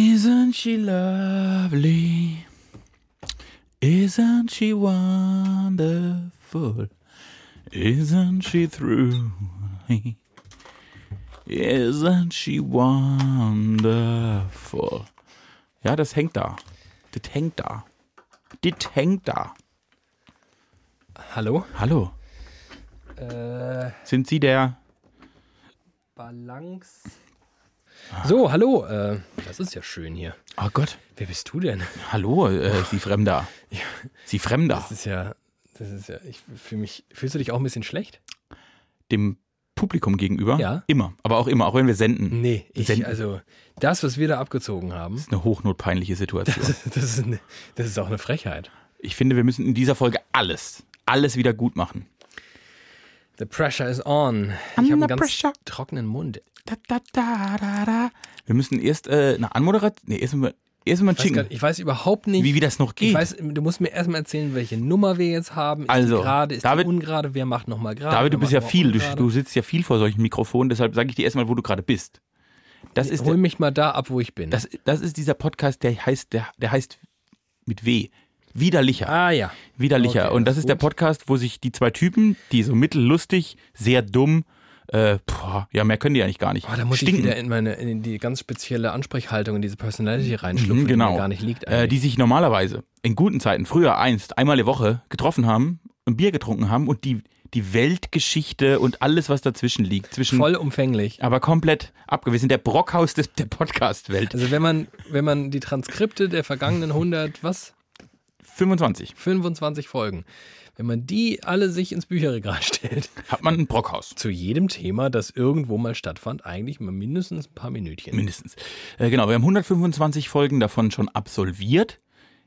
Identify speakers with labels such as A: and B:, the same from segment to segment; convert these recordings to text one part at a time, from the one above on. A: Isn't she lovely? Isn't she wonderful? Isn't she through? Isn't she wonderful? Ja, das hängt da. Das hängt da. Das hängt da.
B: Hallo?
A: Hallo.
B: Äh,
A: Sind Sie der?
B: Balance. So, hallo. Äh, das ist ja schön hier.
A: Oh Gott.
B: Wer bist du denn?
A: Hallo, äh, Sie Fremder. Sie Fremder.
B: Das ist ja, das ist ja, ich fühle mich, fühlst du dich auch ein bisschen schlecht?
A: Dem Publikum gegenüber?
B: Ja.
A: Immer. Aber auch immer, auch wenn wir senden.
B: Nee,
A: Senden.
B: ich, also das, was wir da abgezogen haben,
A: Das ist eine hochnotpeinliche Situation.
B: das ist, eine, das ist auch eine Frechheit.
A: Ich finde, wir müssen in dieser Folge alles, alles wieder gut machen.
B: The pressure is on.
A: Under
B: Ich habe einen ganz
A: pressure.
B: trockenen Mund.
A: Da, da, da, da, da. Wir müssen erst äh, eine Anmoderation. Nee, erst mal, erst mal einen
B: Ich weiß, grad,
A: Jingle.
B: ich weiß überhaupt nicht.
A: Wie, wie das noch geht.
B: ich weiß, du musst mir erstmal erzählen, welche Nummer wir jetzt haben. Ist
A: Also,
B: die gerade, ist
A: David-
B: die ungerade, wer macht nochmal gerade?
A: David, du
B: wer
A: bist ja
B: macht noch mal
A: viel. Du,
B: ungerade?
A: du sitzt ja viel vor solchen Mikrofonen. Deshalb sage ich dir erstmal, wo du gerade bist. Das ist,
B: Hol mich mal da ab, wo ich bin.
A: das, das ist dieser Podcast, der heißt, der, der heißt mit W. Widerlicher.
B: ah ja.
A: Widerlicher.
B: Okay,
A: und das
B: das
A: ist
B: ist
A: der
B: gut.
A: Podcast, wo sich die zwei Typen, die so mittellustig, sehr dumm, äh, boah, ja, mehr können die eigentlich gar nicht.
B: Oh, da muss
A: stinken.
B: ich wieder in meine in die ganz spezielle Ansprechhaltung in diese Personality reinschlupfen,
A: Mhm,
B: die
A: genau.
B: mir gar nicht liegt.
A: äh,
B: eigentlich.
A: die sich normalerweise in guten Zeiten, früher einst, einmal die Woche getroffen haben und Bier getrunken haben und die, die Weltgeschichte und alles, was dazwischen liegt, zwischen,
B: Vollumfänglich.
A: aber komplett abgewiesen, der Brockhaus des, der Podcast-Welt.
B: Also wenn man wenn man die Transkripte der vergangenen 100 was
A: 25
B: 25 Folgen, wenn man die alle sich ins Bücherregal stellt,
A: hat man ein Brockhaus.
B: zu jedem Thema, das irgendwo mal stattfand, eigentlich mal mindestens ein paar Minütchen.
A: Mindestens. Äh, genau, wir haben 125 Folgen davon schon absolviert.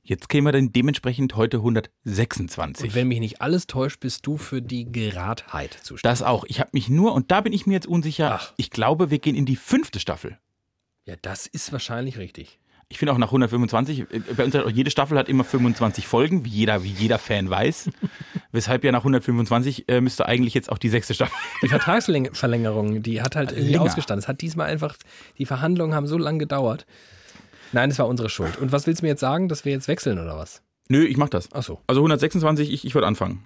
A: Jetzt kämen wir dann dementsprechend heute 126.
B: Und wenn mich nicht alles täuscht, bist du für die Geradheit zuständig.
A: das auch. Ich habe mich nur, und da bin ich mir jetzt unsicher,
B: Ach.
A: ich glaube, wir gehen in die fünfte Staffel.
B: Ja, das ist wahrscheinlich richtig.
A: Ich finde auch nach 125, äh, bei uns hat auch jede Staffel hat immer 25 Folgen, wie jeder, wie jeder Fan weiß. Weshalb ja nach 125 äh, müsste eigentlich jetzt auch die sechste Staffel.
B: Die Vertragsverlängerung, die hat halt irgendwie
A: Länger.
B: ausgestanden. Es hat diesmal einfach, die Verhandlungen haben so lange gedauert. Nein, es war unsere Schuld. Und was willst du mir jetzt sagen, dass wir jetzt wechseln oder was?
A: Nö, ich mach das.
B: Ach so,
A: Also 126, ich, ich würde anfangen.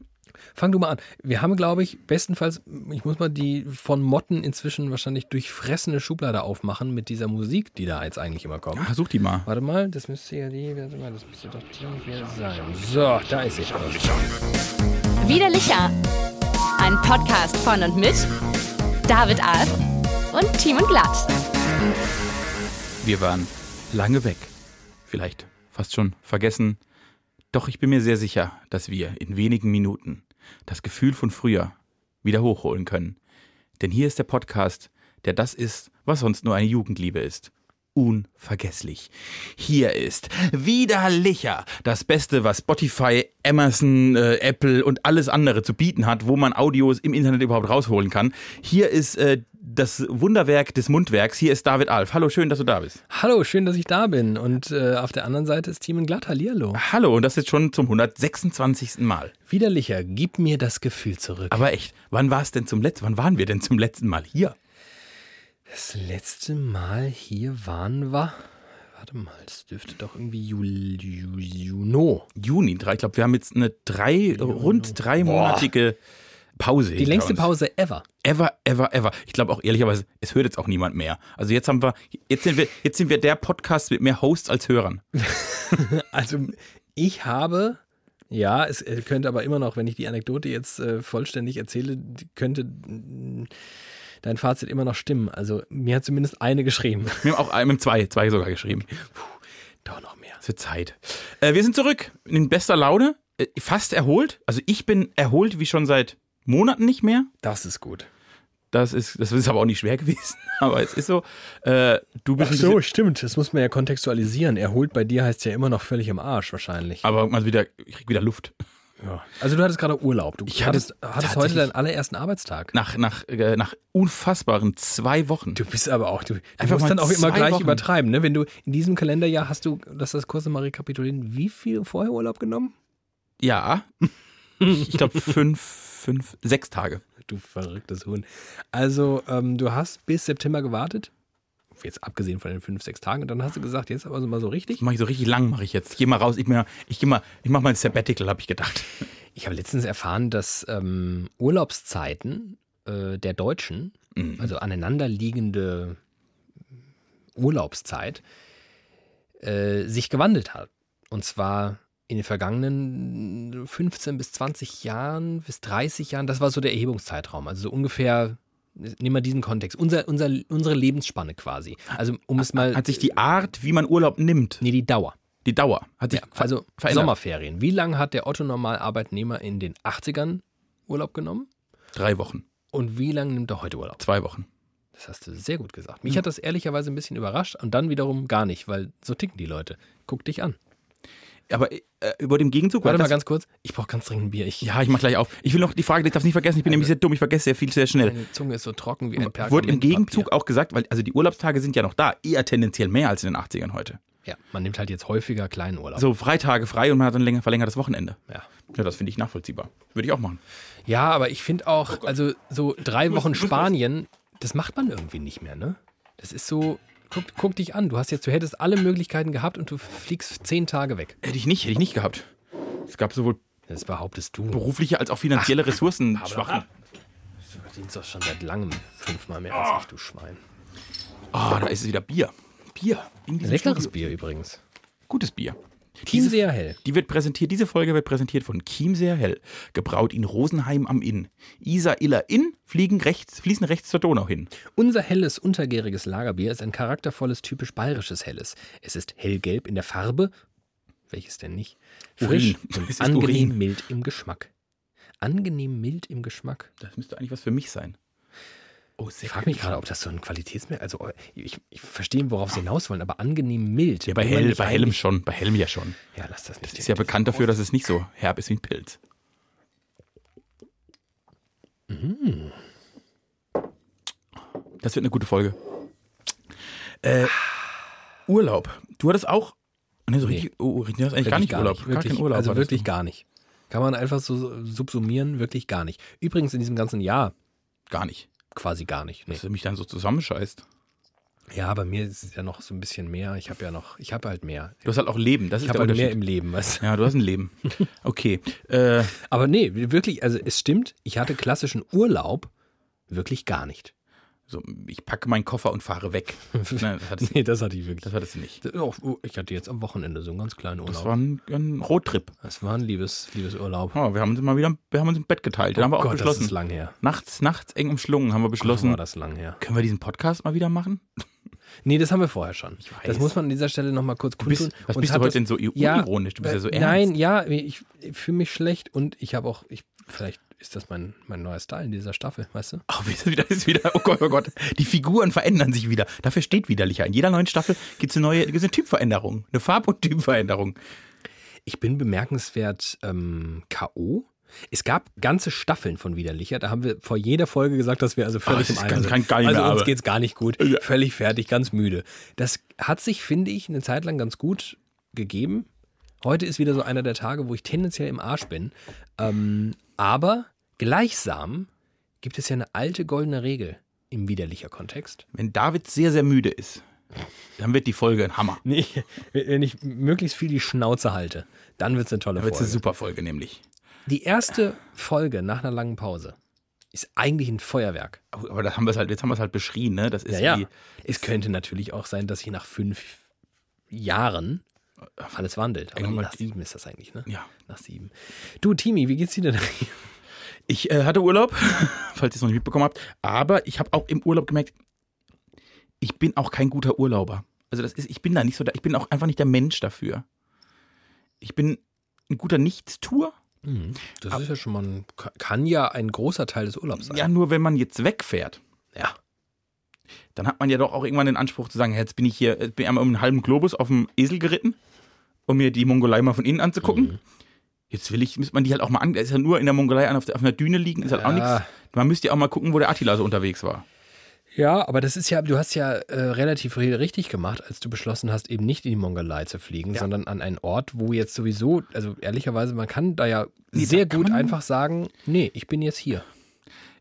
B: fang du mal an. Wir haben, glaube ich, bestenfalls, ich muss mal die von Motten inzwischen wahrscheinlich durchfressene Schublade aufmachen mit dieser Musik, die da jetzt eigentlich immer kommt.
A: Ah, such die mal.
B: Warte mal, das müsste ja die, warte mal, das müsste doch die hier sein. So, da ist sie.
C: Widerlicher. Ein Podcast von und mit David Alf und Team und Glatt.
A: Wir waren lange weg. Vielleicht fast schon vergessen. Doch ich bin mir sehr sicher, dass wir in wenigen Minuten das Gefühl von früher wieder hochholen können. Denn hier ist der Podcast, der das ist, was sonst nur eine Jugendliebe ist. Unvergesslich. Hier ist Widerlicher, das Beste, was Spotify, Amazon, äh, Apple und alles andere zu bieten hat, wo man Audios im Internet überhaupt rausholen kann. Hier ist äh, das Wunderwerk des Mundwerks. Hier ist David Alf. Hallo, schön, dass du da bist.
B: Hallo, schön, dass ich da bin. Und äh, auf der anderen Seite ist Team in Glatt. Hallihallo.
A: Hallo, und das jetzt schon zum 126. Mal.
B: Widerlicher, gib mir das Gefühl zurück.
A: Aber echt, wann war es denn zum letzten, wann waren wir denn zum letzten Mal hier?
B: Das letzte Mal hier waren wir. Warte mal, es dürfte doch irgendwie Juli, Juli, Juno.
A: Juni, drei, ich glaube, wir haben jetzt eine drei, rund dreimonatige Pause.
B: Die
A: hinter
B: längste
A: uns.
B: Pause ever.
A: Ever, ever, ever. Ich glaube auch ehrlicherweise, es hört jetzt auch niemand mehr. Also jetzt haben wir, jetzt sind wir, jetzt sind wir der Podcast mit mehr Hosts als Hörern.
B: Also ich habe, ja, es äh, könnte aber immer noch, wenn ich die Anekdote jetzt äh, vollständig erzähle, die- könnte mm, dein Fazit immer noch stimmen. Also mir hat zumindest eine geschrieben.
A: Wir haben auch einem zwei, zwei sogar geschrieben.
B: Doch noch mehr.
A: Es wird Zeit. Äh, wir sind zurück in bester Laune, äh, fast erholt. Also ich bin erholt wie schon seit Monaten nicht mehr.
B: Das ist gut.
A: Das ist, das ist aber auch nicht schwer gewesen. Aber es ist so. Äh, du bist
B: Ach
A: ein bisschen,
B: so, stimmt. Das muss man ja kontextualisieren. Erholt bei dir heißt ja immer noch völlig im Arsch wahrscheinlich.
A: aber mal wieder, ich krieg wieder Luft.
B: Also du hattest gerade Urlaub. Du
A: Ich hatte
B: hattest, hattest heute
A: tatsächlich-
B: deinen allerersten Arbeitstag.
A: Nach, nach, äh, nach unfassbaren zwei Wochen.
B: Du bist aber auch, du, du
A: Einfach
B: musst
A: mal
B: dann auch immer
A: zwei
B: gleich
A: Wochen.
B: übertreiben, ne? Wenn du in diesem Kalenderjahr hast du, lass das kurz mal rekapitulieren, wie viel vorher Urlaub genommen?
A: Ja. Ich glaube fünf, fünf, sechs Tage.
B: Du verrücktes Huhn. Also, ähm, du hast bis September gewartet, jetzt abgesehen von den fünf, sechs Tagen. Und dann hast du gesagt, jetzt aber so mal so richtig.
A: Das mache ich so richtig lang, mache ich jetzt. Ich gehe mal raus, ich, mir, ich gehe mal, ich mache mal ein Sabbatical, habe ich gedacht.
B: Ich habe letztens erfahren, dass ähm, Urlaubszeiten äh, der Deutschen,
A: Mhm.
B: also aneinanderliegende Urlaubszeit, äh, sich gewandelt hat. Und zwar in den vergangenen 15 bis 20 Jahren, bis 30 Jahren, das war so der Erhebungszeitraum. Also so ungefähr, nehmen wir diesen Kontext, unser, unser, unsere Lebensspanne quasi. Also um es mal.
A: Hat sich die Art, wie man Urlaub nimmt,
B: nee, die Dauer.
A: die Dauer, hat sich
B: Ja, also
A: ver- verändert.
B: Sommerferien. Wie lange hat der Otto-Normal-Arbeitnehmer in den 80ern Urlaub genommen?
A: drei Wochen,
B: Und wie lange nimmt er heute Urlaub?
A: zwei Hm. Wochen.
B: Das hast du sehr gut gesagt. Mich hat das ehrlicherweise ein bisschen überrascht und dann wiederum gar nicht, weil so ticken die Leute. Guck dich an.
A: Aber äh, über dem Gegenzug
B: Warte
A: war
B: mal
A: das-
B: ganz kurz. Ich brauche ganz dringend ein Bier. Ich,
A: Ja, ich mach gleich auf. Ich will noch die Frage, ich darf nicht vergessen, ich bin nämlich sehr dumm, ich vergesse sehr viel sehr schnell.
B: Meine Zunge ist so trocken wie ein Pergament.
A: Wurde im Gegenzug auch gesagt, weil also die Urlaubstage sind ja noch da, eher tendenziell mehr als in den 80ern heute.
B: Ja, man nimmt halt jetzt häufiger kleinen Urlaub.
A: Also Freitage frei und man hat ein länger verlängertes Wochenende.
B: Ja.
A: Ja, das finde ich nachvollziehbar. Würde ich auch machen.
B: ja, aber ich finde
A: Oh
B: auch, also so drei Wochen Spanien, das macht man irgendwie nicht mehr, ne? Das ist so, guck, guck dich an. Du hast jetzt, du hättest alle Möglichkeiten gehabt und du fliegst zehn Tage weg.
A: Hätte ich nicht, hätte ich nicht gehabt. Es gab sowohl
B: Das behauptest du.
A: berufliche als auch finanzielle Ressourcen schwachen.
B: Du verdienst doch schon seit langem fünfmal mehr als ich, du Schwein.
A: Ah, da ist es wieder Bier. Bier. In diesem
B: Leckeres
A: Studio.
B: Bier übrigens.
A: Gutes Bier.
B: Chiemseer Hell.
A: Die wird präsentiert, diese Folge wird präsentiert von Chiemseer Hell, gebraut in Rosenheim am Inn. Isar Iller Inn fliegen rechts, fließen rechts zur Donau hin.
B: Unser helles, untergäriges Lagerbier ist ein charaktervolles, typisch bayerisches Helles. Es ist hellgelb in der Farbe, welches denn nicht? Frisch
A: Urin. Es ist
B: und angenehm
A: Urin.
B: mild im Geschmack. Angenehm mild im Geschmack.
A: Das müsste eigentlich was für mich sein. Oh, sehr
B: Ich frage mich gerade, ob das so ein Qualitätsmerkmal Also, ich, ich verstehe, worauf Sie hinaus wollen, aber angenehm mild.
A: Ja, bei,
B: Wenn man
A: hell,
B: nicht
A: bei hellem
B: eigentlich-
A: schon, bei hellem ja schon.
B: Ja, lass das nicht.
A: Ist ja bekannt dafür, dass es nicht so herb ist wie ein Pilz. Mhm. Das wird eine gute Folge. Äh, Urlaub. Du hattest auch. Nee, so richtig. Oh, du hast eigentlich gar nicht
B: Wirklich
A: Urlaub. Gar
B: Wirklich,
A: keinen Urlaub.
B: Also
A: hattest
B: wirklich
A: du.
B: gar nicht. Kann man einfach so subsumieren, wirklich gar nicht. Übrigens in diesem ganzen Jahr
A: gar nicht.
B: quasi gar nicht. Nee.
A: Dass du mich dann so zusammenscheißt.
B: Ja, bei mir ist es ja noch so ein bisschen mehr. Ich habe ja noch, ich habe halt mehr.
A: Du hast halt auch Leben. Das
B: Ich
A: ist
B: habe
A: der
B: halt
A: Unterschied.
B: mehr im Leben, weißt du.
A: ja, du hast ein Leben. Okay. Äh,
B: Aber nee, wirklich, also es stimmt, ich hatte klassischen Urlaub wirklich gar nicht.
A: so, ich packe meinen Koffer und fahre weg. Nein, das hattest,
B: Nee, das hatte ich wirklich.
A: das hattest du nicht.
B: Auch- oh, Ich hatte jetzt am Wochenende so einen ganz kleinen Urlaub.
A: Das war ein, ein Roadtrip.
B: Das war ein liebes, liebes Urlaub.
A: Oh, wir haben uns mal wieder, wir haben uns im Bett geteilt. Dann haben wir auch
B: Oh Gott, das ist
A: beschlossen.
B: lang her.
A: Nachts, nachts eng umschlungen, haben wir
B: Gott,
A: beschlossen.
B: war das lang her.
A: Können wir diesen Podcast mal wieder machen?
B: Nee, das haben wir vorher schon.
A: weiß.
B: Das muss man an dieser Stelle nochmal kurz
A: Du bist,
B: kundtun.
A: was
B: Uns
A: bist du
B: hat
A: heute
B: das-
A: denn so
B: Ja,
A: ironisch? Du bist ja so
B: Äh,
A: ernst.
B: Nein, ja, ich, ich fühle mich schlecht und ich habe auch, ich, vielleicht ist das mein, mein neuer Style in dieser Staffel, weißt du?
A: Oh, ist wieder, ist wieder, oh Gott, oh Gott. Die Figuren verändern sich wieder. Dafür steht widerlicher. In jeder neuen Staffel gibt es eine neue gibt's eine Typveränderung. Eine Farb- und Typveränderung.
B: Ich bin bemerkenswert ähm, K.O. Es gab ganze Staffeln von Widerlicher. Da haben wir vor jeder Folge gesagt, dass wir also völlig
A: Ah, das
B: im
A: ist
B: Eimer
A: ganz-
B: sind.
A: ganz geil,
B: Also
A: aber-
B: uns geht's gar nicht gut. Völlig fertig, ganz müde. Das hat sich, finde ich, eine Zeit lang ganz gut gegeben. Heute ist wieder so einer der Tage, wo ich tendenziell im Arsch bin. Ähm, aber gleichsam gibt es ja eine alte goldene Regel im widerlicher Kontext.
A: Wenn David sehr, sehr müde ist, dann wird die Folge ein Hammer.
B: Nee, wenn ich möglichst viel die Schnauze halte, dann wird's eine tolle
A: Dann wird es eine
B: Folge.
A: super Folge nämlich.
B: Die erste Folge nach einer langen Pause ist eigentlich ein Feuerwerk.
A: Aber aber das haben wir's halt, jetzt haben wir es halt beschrien, ne? Das ist wie,
B: Es könnte natürlich auch sein, dass je nach fünf Jahren alles wandelt. Aber
A: Irgendwann-
B: nach sieben ist das eigentlich, ne?
A: ja.
B: Nach sieben. Du, Timi, wie geht's dir denn?
A: Ich äh, hatte Urlaub, falls ihr es noch nicht mitbekommen habt, aber ich habe auch im Urlaub gemerkt, ich bin auch kein guter Urlauber. Also das ist, ich bin da nicht so, da, ich bin auch einfach nicht der Mensch dafür. Ich bin ein guter Nichtstuer.
B: Mhm, Das ist ja schon mal ein, kann ja ein großer Teil des Urlaubs sein.
A: Ja, nur wenn man jetzt wegfährt,
B: ja.
A: dann hat man ja doch auch irgendwann den Anspruch zu sagen, jetzt bin ich hier, jetzt bin ich einmal um einen halben Globus auf dem Esel geritten, um mir die Mongolei mal von innen anzugucken.
B: Mhm.
A: Jetzt will ich, müsste man die halt auch mal an, da ist ja nur in der Mongolei an, auf, der, auf einer Düne liegen, ist halt auch
B: Ja.
A: nichts. Man müsste ja auch mal gucken, wo der Attila so unterwegs war.
B: Ja, aber das ist ja, du hast ja äh, relativ viel richtig gemacht, als du beschlossen hast, eben nicht in die Mongolei zu fliegen, sondern an einen Ort, wo jetzt sowieso, also ehrlicherweise, man kann da ja sehr
A: da
B: gut
A: kann-
B: einfach sagen, nee, ich bin jetzt hier.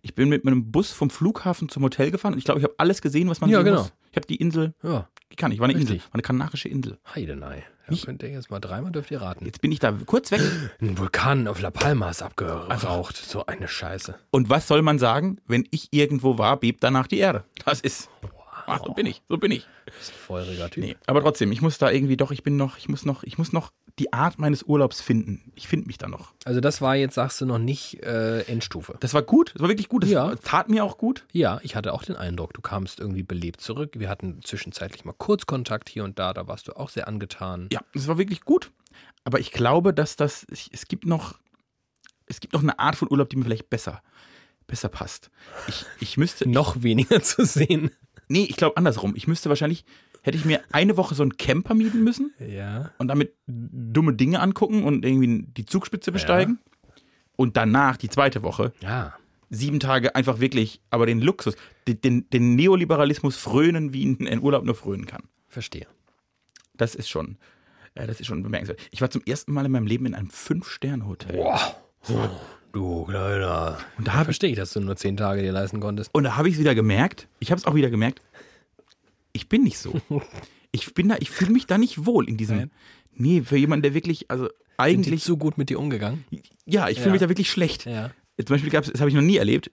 A: Ich bin mit meinem Bus vom Flughafen zum Hotel gefahren und ich glaube, ich habe alles gesehen, was man
B: Ja,
A: sehen
B: genau.
A: muss. Ich habe die Insel
B: Ja,
A: gekannt. Ich war eine
B: Richtig.
A: Insel, war eine kanarische Insel.
B: Heidenei. Ja,
A: Nicht-
B: könnt ihr jetzt mal dreimal dürft ihr raten.
A: Jetzt bin ich da kurz weg.
B: Ein Vulkan auf La Palma ist abgeraucht. So eine Scheiße.
A: Und was soll man sagen, wenn ich irgendwo war, bebt danach die Erde. Das ist. Ah, so bin ich, so bin ich.
B: Das ist ein feuriger Typ.
A: Nee, aber trotzdem, ich muss da irgendwie doch, ich bin noch, ich muss noch, ich muss noch die Art meines Urlaubs finden. Ich finde mich da noch.
B: Also das war jetzt, sagst du, noch nicht äh, Endstufe.
A: Das war gut, das war wirklich gut. Das
B: Ja.
A: tat mir auch gut.
B: Ja, ich hatte auch den Eindruck, du kamst irgendwie belebt zurück. Wir hatten zwischenzeitlich mal Kurzkontakt hier und da, da warst du auch sehr angetan.
A: Ja, das war wirklich gut. Aber ich glaube, dass das, ich, es gibt noch, es gibt noch eine Art von Urlaub, die mir vielleicht besser, besser passt. Ich, ich müsste,
B: Noch weniger zu sehen.
A: nee, ich glaube andersrum. Ich müsste wahrscheinlich, hätte ich mir eine Woche so einen Camper mieten müssen.
B: Ja.
A: und damit dumme Dinge angucken und irgendwie die Zugspitze besteigen. Und danach, die zweite Woche,
B: Ja.
A: sieben Tage einfach wirklich, aber den Luxus, den- den, den Neoliberalismus frönen, wie ihn ein Urlaub nur frönen kann.
B: Verstehe.
A: Das ist schon, äh, das ist schon bemerkenswert. Ich war zum ersten Mal in meinem Leben in einem Fünf-Sterne-Hotel.
B: Boah. Du kleiner.
A: Und da habe ich,
B: Verstehe ich, dass du nur zehn Tage dir leisten konntest.
A: und da habe ich es wieder gemerkt, ich habe es auch wieder gemerkt, ich bin nicht so. Ich bin da, ich fühle mich da nicht wohl in diesem.
B: Nein.
A: Nee, für jemanden, der wirklich, also
B: Sind die
A: eigentlich.
B: zu gut mit dir umgegangen?
A: Ja, ich fühle
B: Ja.
A: mich da wirklich schlecht.
B: Ja.
A: Zum Beispiel gab es, das habe ich noch nie erlebt.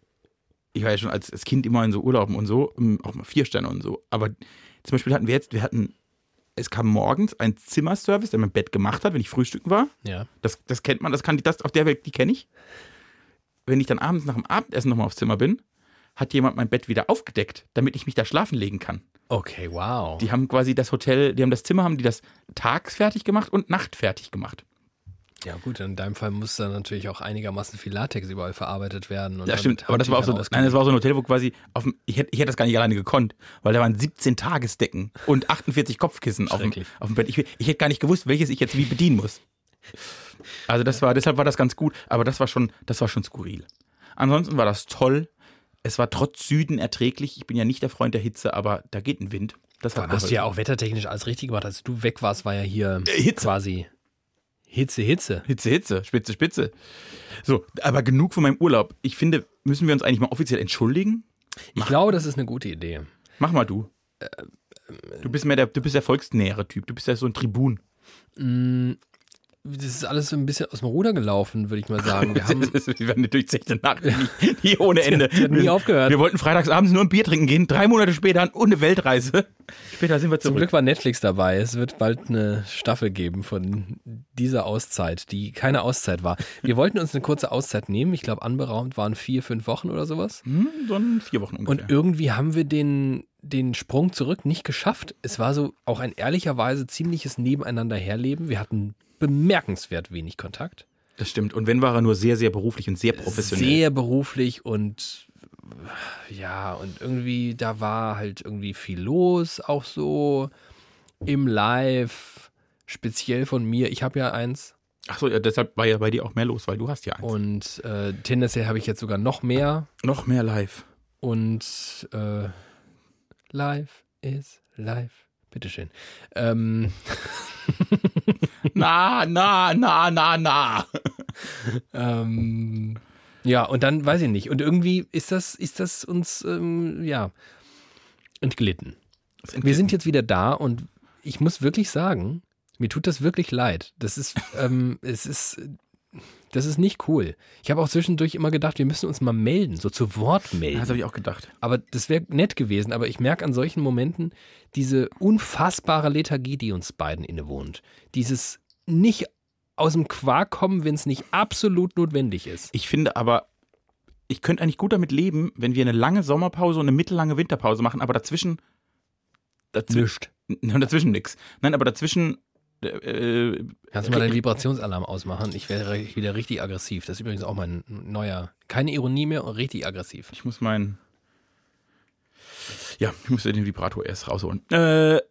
A: Ich war ja schon als, als Kind immer in so Urlauben und so, ähm, auch mal vier Sterne und so. Aber zum Beispiel hatten wir jetzt, wir hatten, es kam morgens ein Zimmerservice, der mein Bett gemacht hat, wenn ich frühstücken war.
B: Ja.
A: Das, das kennt man, das kann das auf der Welt, die kenne ich. Wenn ich dann abends nach dem Abendessen nochmal aufs Zimmer bin, hat jemand mein Bett wieder aufgedeckt, damit ich mich da schlafen legen kann.
B: Okay, wow.
A: Die haben quasi das Hotel, die haben das Zimmer, haben die das tags fertig gemacht und nacht fertig gemacht.
B: Ja gut, in deinem Fall muss dann natürlich auch einigermaßen viel Latex überall verarbeitet werden. Und
A: Ja,
B: dann
A: stimmt.
B: haben
A: Aber das
B: die
A: war auch so,
B: dann
A: nein, das war auch so ein Hotel, wo quasi, auf dem, ich, hätte, ich hätte das gar nicht alleine gekonnt, weil da waren 17 Tagesdecken und 48 Kopfkissen auf dem,
B: Schrecklich.
A: auf dem Bett. Ich, ich hätte gar nicht gewusst, welches ich jetzt wie bedienen muss. Also das war, deshalb war das ganz gut, aber das war schon, das war schon skurril. Ansonsten war das toll. Es war trotz Süden erträglich. Ich bin ja nicht der Freund der Hitze, aber da geht ein Wind. Das
B: Dann
A: hat
B: hast du ja
A: geholfen.
B: auch wettertechnisch alles richtig gemacht. Als du weg warst, war ja hier
A: Äh, Hitze.
B: quasi Hitze, Hitze.
A: Hitze, Hitze, Spitze, Spitze. So, aber genug von meinem Urlaub. Ich finde, müssen wir uns eigentlich mal offiziell entschuldigen?
B: Ich glaube, das ist eine gute Idee.
A: Mach mal du. Du bist mehr der, du bist der volksnähere Typ. Du bist ja so ein Tribun.
B: Das ist alles so ein bisschen aus dem Ruder gelaufen, würde ich mal sagen. Wir haben
A: wir werden eine durchzechte Nacht. die- Die ohne Ende.
B: die hat nie
A: wir,
B: aufgehört.
A: Wir wollten freitagsabends nur ein Bier trinken gehen. Drei Monate später und eine Weltreise. Später sind wir
B: Zum
A: zurück.
B: Glück war Netflix dabei. Es wird bald eine Staffel geben von dieser Auszeit, die keine Auszeit war. Wir wollten uns eine kurze Auszeit nehmen. Ich glaube, anberaumt waren vier, fünf Wochen oder sowas.
A: Hm, so in vier Wochen ungefähr.
B: Und irgendwie haben wir den, den Sprung zurück nicht geschafft. Es war so auch ein ehrlicherweise ziemliches Nebeneinander herleben. Wir hatten bemerkenswert wenig Kontakt.
A: äh, das stimmt. Und wenn war er nur sehr, sehr beruflich und sehr professionell.
B: Sehr beruflich und ja, und irgendwie, da war halt irgendwie viel los, auch so im Live, speziell von mir. Ich habe ja eins
A: Achso, ja, deshalb war ja bei dir auch mehr los, weil du hast ja eins.
B: und äh, tendenziell habe ich jetzt sogar noch mehr.
A: noch mehr live.
B: Und äh, live is live. Bitteschön. Ähm,
A: Na, na, na, na, na.
B: ähm, ja, und dann weiß ich nicht. Und irgendwie ist das, ist das uns, ähm, ja, entglitten. Wir sind jetzt wieder da und ich muss wirklich sagen, mir tut das wirklich leid. Das ist, ähm, es ist, äh, das ist nicht cool. Ich habe auch zwischendurch immer gedacht, wir müssen uns mal melden, so zu Wort
A: Das
B: melden.
A: habe ich auch gedacht.
B: Aber das wäre nett gewesen, aber ich merke an solchen Momenten diese unfassbare Lethargie, die uns beiden innewohnt. Dieses nicht aus dem Quark kommen, wenn es nicht absolut notwendig ist.
A: Ich finde aber, ich könnte eigentlich gut damit leben, wenn wir eine lange Sommerpause und eine mittellange Winterpause machen, aber dazwischen. Dazwischen,
B: Zwischt.
A: dazwischen nix. Nein, aber dazwischen. äh, Äh,
B: Kannst du mal deinen Vibrationsalarm ausmachen? Ich wäre wieder richtig aggressiv. Das ist übrigens auch mein neuer. Keine Ironie mehr und richtig aggressiv.
A: ich muss meinen. Ja, ich muss den Vibrator erst rausholen. Äh,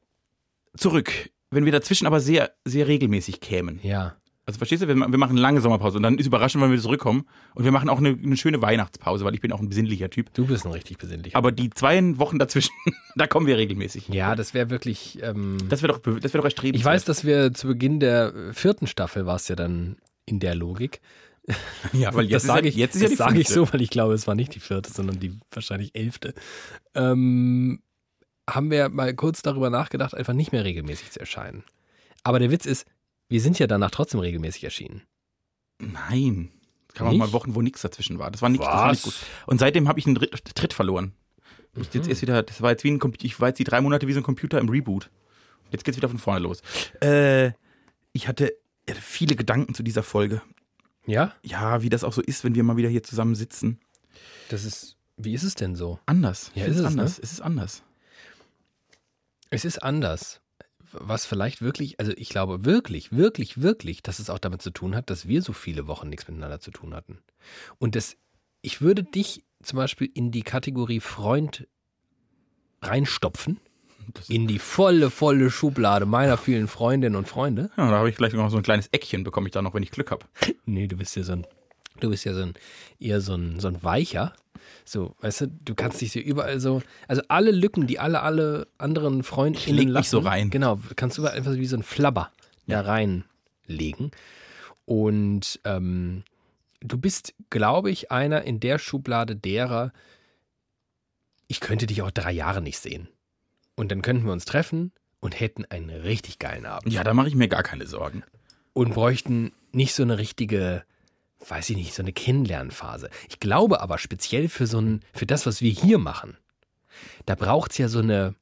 A: zurück. Wenn wir dazwischen aber sehr, sehr regelmäßig kämen.
B: Ja.
A: Also verstehst du, wir, ma- wir machen eine lange Sommerpause und dann ist überraschend, wenn wir zurückkommen. Und wir machen auch eine, eine schöne Weihnachtspause, weil ich bin auch ein besinnlicher Typ.
B: Du bist ein richtig besinnlicher.
A: Aber die zwei Wochen dazwischen, da kommen wir regelmäßig.
B: ja, das wäre wirklich. Ähm,
A: Das wäre doch, be- das wäre doch erstrebenswert.
B: ich weiß, dass wir zu Beginn der äh, vierten Staffel war es ja dann in der Logik.
A: Ja, weil jetzt
B: das sage
A: ist
B: ich,
A: ja, jetzt ist ja
B: das
A: die
B: sage ich
A: fünfte.
B: so, weil ich glaube, es war nicht die vierte, sondern die wahrscheinlich elfte. Ähm, haben wir mal kurz darüber nachgedacht, einfach nicht mehr regelmäßig zu erscheinen. Aber der Witz ist, wir sind ja danach trotzdem regelmäßig erschienen.
A: Nein. Es gab auch
B: Nicht?
A: mal Wochen, wo nichts dazwischen war. Das war nichts, das war nicht
B: Was?
A: gut. Und seitdem habe ich einen Dritt, Tritt verloren. Ich jetzt erst wieder, das war jetzt wie ein Computer, ich war jetzt die drei Monate wie so ein Computer im Reboot. Jetzt geht's wieder von vorne los. Äh, ich hatte ich hatte viele Gedanken zu dieser Folge.
B: Ja?
A: Ja, wie das auch so ist, wenn wir mal wieder hier zusammen sitzen.
B: Das ist. Wie ist es denn so?
A: Anders.
B: Ja,
A: Ich find's
B: ist es,
A: anders. Es ne? ist anders.
B: Es ist anders. Was vielleicht wirklich, also ich glaube wirklich, wirklich, wirklich, dass es auch damit zu tun hat, dass wir so viele Wochen nichts miteinander zu tun hatten. Und das, ich würde dich zum Beispiel in die Kategorie Freund reinstopfen,
A: Das-
B: in die volle, volle Schublade meiner vielen Freundinnen und Freunde.
A: Ja, da habe ich gleich noch so ein kleines Eckchen bekomme ich da noch, wenn ich Glück habe.
B: Nee, du bist ja so ein, du bist ja so ein, eher so ein, so ein Weicher. So, weißt du, du kannst dich so überall so, also alle Lücken, die alle, alle anderen Freundinnen
A: leg mich
B: lassen.
A: so rein.
B: Genau, kannst du überall einfach wie so ein Flabber da reinlegen. Und ähm, du bist, glaube ich, einer in der Schublade derer, ich könnte dich auch drei Jahre nicht sehen. Und dann könnten wir uns treffen und hätten einen richtig geilen Abend
A: Ja, da mache ich mir gar keine Sorgen.
B: und bräuchten nicht so eine richtige, weiß ich nicht, so eine Kennenlernphase. Ich glaube aber speziell für so ein, für das, was wir hier machen, da braucht es ja so eine,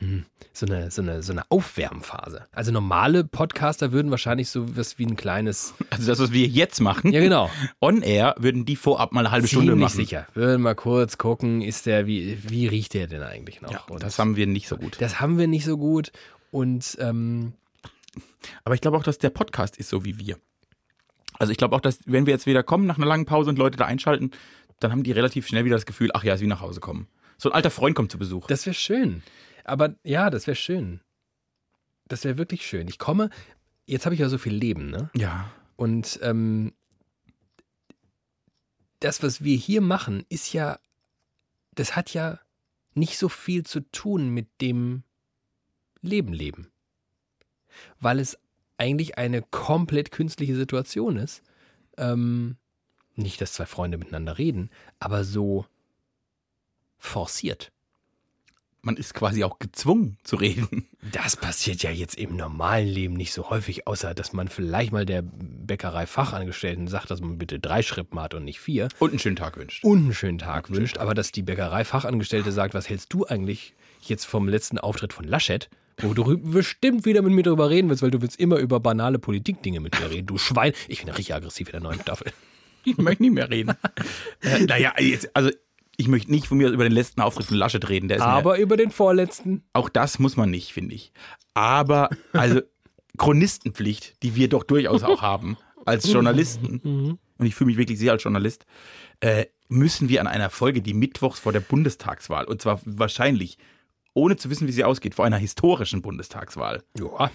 B: hm, so eine, so eine, so eine Aufwärmphase. Also normale Podcaster würden wahrscheinlich so was wie ein kleines,
A: Also das, was wir jetzt machen,
B: ja genau,
A: on air, würden die vorab mal eine halbe Stunde
B: ziemlich
A: machen.
B: sicher. Würden mal kurz gucken, ist der, wie, wie riecht der denn eigentlich noch?
A: Ja,
B: Und
A: das haben wir nicht so gut.
B: das haben wir nicht so gut und ähm,
A: Aber ich glaube auch, dass der Podcast ist so wie wir. Also ich glaube auch, dass wenn wir jetzt wieder kommen nach einer langen Pause und Leute da einschalten, dann haben die relativ schnell wieder das Gefühl, ach ja, ist wie nach Hause kommen. So ein alter Freund kommt zu Besuch.
B: Das wäre schön. Aber ja, das wäre schön. Das wäre wirklich schön. Ich komme, jetzt habe ich ja so viel Leben, ne?
A: ja.
B: Und ähm, das, was wir hier machen, ist ja, das hat ja nicht so viel zu tun mit dem Leben leben. Weil es eigentlich eine komplett künstliche Situation ist. Ähm, nicht, dass zwei Freunde miteinander reden, aber so forciert.
A: Man ist quasi auch gezwungen zu reden.
B: Das passiert ja jetzt im normalen Leben nicht so häufig, außer dass man vielleicht mal der Bäckerei-Fachangestellten sagt, dass man bitte drei Schrippen hat und nicht vier
A: Und einen schönen Tag wünscht.
B: und einen schönen Tag wünscht, aber dass die Bäckerei-Fachangestellte sagt, was hältst du eigentlich jetzt vom letzten Auftritt von Laschet? Wo du bestimmt wieder mit mir drüber reden willst, weil du willst immer über banale Politikdinge mit mir reden. Du Schwein. Ich bin ja richtig aggressiv in der neuen Staffel.
A: Ich möchte nicht mehr reden. äh, naja, jetzt, also ich möchte nicht von mir aus über den letzten Auftritt von Laschet reden. Der ist mir-
B: Aber über den vorletzten.
A: Auch das muss man nicht, finde ich. Aber, also, Chronistenpflicht, die wir doch durchaus auch haben, als Journalisten, und ich fühle mich wirklich sehr als Journalist, äh, müssen wir an einer Folge, die mittwochs vor der Bundestagswahl, und zwar wahrscheinlich, ohne zu wissen, wie sie ausgeht, vor einer historischen Bundestagswahl,
B: Ja.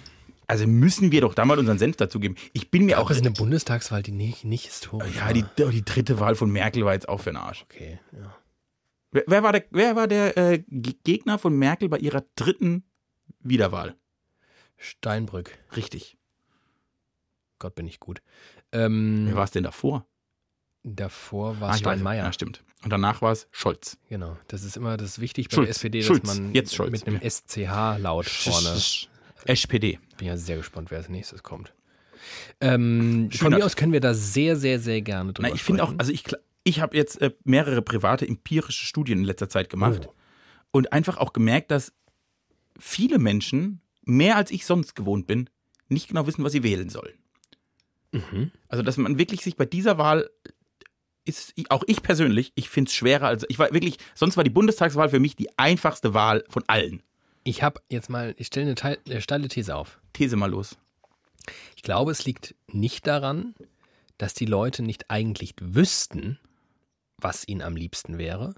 A: also müssen wir doch da mal unseren Senf dazugeben. Ich bin mir
B: Auch
A: auch.
B: ist eine Bundestagswahl, die nicht, nicht historisch
A: Ja, die, die dritte Wahl von Merkel war jetzt auch für den Arsch.
B: Okay, ja.
A: Wer, wer war der, wer war der äh, G- Gegner von Merkel bei ihrer dritten Wiederwahl?
B: Steinbrück.
A: Richtig.
B: Gott, bin ich gut. Ähm,
A: Wer war es denn davor?
B: Davor war
A: Ah, ich weiß.
B: Steinmeier.
A: Ja, stimmt. Und danach war es Scholz.
B: Genau. Das ist immer das ist wichtig bei
A: Schulz,
B: der SPD,
A: Schulz,
B: dass man
A: jetzt Schulz.
B: mit einem SCH-Laut vorne.
A: SPD.
B: Bin ja sehr gespannt, wer als nächstes kommt. Ähm, von
A: Schönert.
B: mir aus können wir da sehr, sehr, sehr gerne drüber
A: Na, ich finde auch,
B: sprechen.
A: also ich, kla- ich habe jetzt äh, mehrere private empirische Studien in letzter Zeit gemacht
B: Oh.
A: und einfach auch gemerkt, dass viele Menschen, mehr als ich sonst gewohnt bin, nicht genau wissen, was sie wählen sollen.
B: Mhm.
A: Also, dass man wirklich sich bei dieser Wahl ist, auch ich persönlich, ich finde es schwerer als, ich war wirklich, sonst war die Bundestagswahl für mich die einfachste Wahl von allen.
B: Ich habe jetzt mal, ich stelle eine, Teil- eine steile These auf.
A: These mal los.
B: Ich glaube, es liegt nicht daran, dass die Leute nicht eigentlich wüssten, was ihnen am liebsten wäre,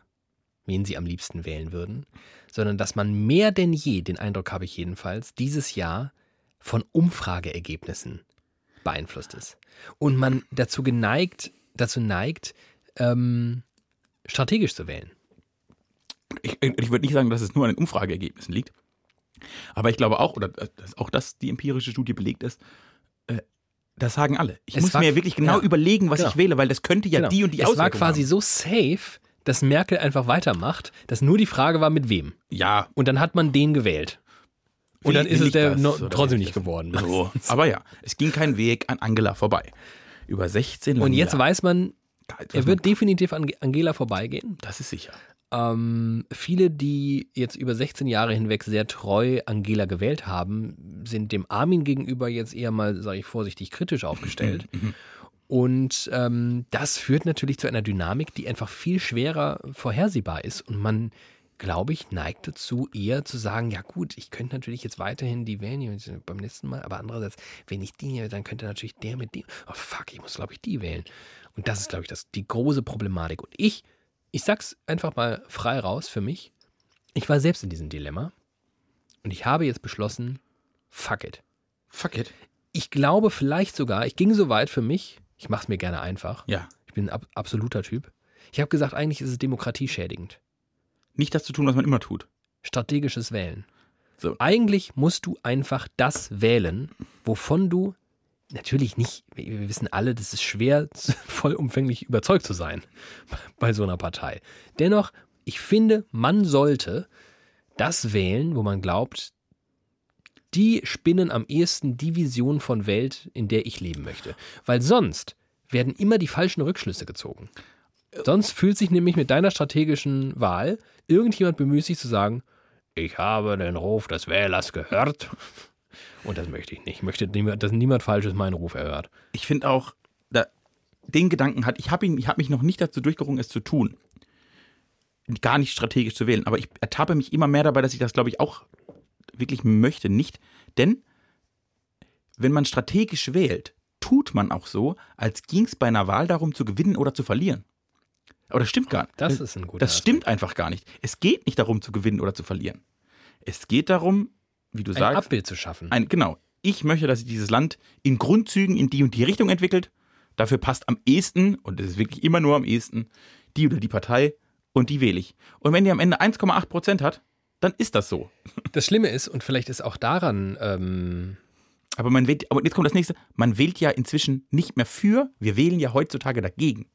B: wen sie am liebsten wählen würden, sondern dass man mehr denn je, den Eindruck habe ich jedenfalls, dieses Jahr von Umfrageergebnissen beeinflusst ist. Und man dazu geneigt, dazu neigt, ähm, strategisch zu wählen.
A: ich, äh, ich würde nicht sagen, dass es nur an den Umfrageergebnissen liegt. Aber ich glaube auch, oder äh, dass auch das die empirische Studie belegt ist, äh, das sagen alle. Ich
B: Es
A: muss
B: war-
A: mir wirklich genau
B: ja.
A: überlegen, was
B: Genau.
A: ich wähle, weil das könnte ja
B: Genau.
A: die und die
B: Es war
A: Auswirkungen
B: quasi
A: haben.
B: so safe, dass Merkel einfach weitermacht, dass nur die Frage war, mit wem.
A: Ja,
B: Und dann hat man den gewählt. Und
A: Wie-
B: dann ist
A: wie
B: es der
A: liegt das,
B: no,
A: oder
B: trotzdem
A: wie
B: nicht
A: liegt das? Oh,
B: geworden.
A: So. Aber ja, es ging kein Weg an Angela vorbei. Über 16
B: Und
A: lange
B: jetzt
A: Jahre.
B: weiß man,
A: Da ist was
B: er wird definitiv an Angela vorbeigehen.
A: Das ist sicher.
B: Ähm, viele, die jetzt über 16 Jahre hinweg sehr treu Angela gewählt haben, sind dem Armin gegenüber jetzt eher mal, sage ich vorsichtig, kritisch aufgestellt. Und ähm, das führt natürlich zu einer Dynamik, die einfach viel schwerer vorhersehbar ist. Und man, glaube ich, neigt dazu, eher zu sagen, ja gut, ich könnte natürlich jetzt weiterhin die wählen, die sind beim letzten Mal, aber andererseits, wenn ich die hier, dann könnte natürlich der mit dem, oh fuck, ich muss, glaube ich, die wählen. Und das ist, glaube ich, das, die große Problematik. Und ich, ich sag's einfach mal frei raus für mich, ich war selbst in diesem Dilemma und ich habe jetzt beschlossen, fuck it
A: Fuck it.
B: ich glaube vielleicht sogar, ich ging so weit für mich, ich mache es mir gerne einfach.
A: Ja.
B: Ich bin ein ab absoluter Typ. Ich habe gesagt, eigentlich ist es demokratieschädigend.
A: Nicht das zu tun, was man immer tut.
B: Strategisches Wählen.
A: So.
B: Eigentlich musst du einfach das wählen, wovon du natürlich nicht, wir wir wissen alle, das ist schwer, vollumfänglich überzeugt zu sein bei so einer Partei. Dennoch, ich finde, man sollte das wählen, wo man glaubt, die spinnen am ehesten die Vision von Welt, in der ich leben möchte. Weil sonst werden immer die falschen Rückschlüsse gezogen. Sonst fühlt sich nämlich mit deiner strategischen Wahl irgendjemand bemüht, sich zu sagen, ich habe den Ruf des Wählers gehört. Und das möchte ich nicht. Ich möchte, niemand- dass niemand Falsches meinen Ruf erhört.
A: Ich finde auch, da, den Gedanken hat, ich habe hab mich noch nicht dazu durchgerungen, es zu tun. Gar nicht strategisch zu wählen. Aber ich ertappe mich immer mehr dabei, dass ich das, glaube ich, auch wirklich möchte. Nicht, denn wenn man strategisch wählt, tut man auch so, als ging es bei einer Wahl darum, zu gewinnen oder zu verlieren. Aber das stimmt gar nicht.
B: Äh, Das ist ein guter
A: Das stimmt einfach gar nicht. Es geht nicht darum zu gewinnen oder zu verlieren. Es geht darum, wie du
B: Aspekt. ein
A: sagst,
B: Abbild zu schaffen.
A: ein, genau, ich möchte, dass sich dieses Land in Grundzügen in die und die Richtung entwickelt. Dafür passt am ehesten, und das ist wirklich immer nur am ehesten, die oder die Partei und die wähle ich. Und wenn die am Ende 1,8 Prozent hat, dann ist das so.
B: Das Schlimme ist, und vielleicht ist auch daran, ähm,
A: Aber man wählt, aber jetzt kommt das nächste, man wählt ja inzwischen nicht mehr für, wir wählen ja heutzutage dagegen.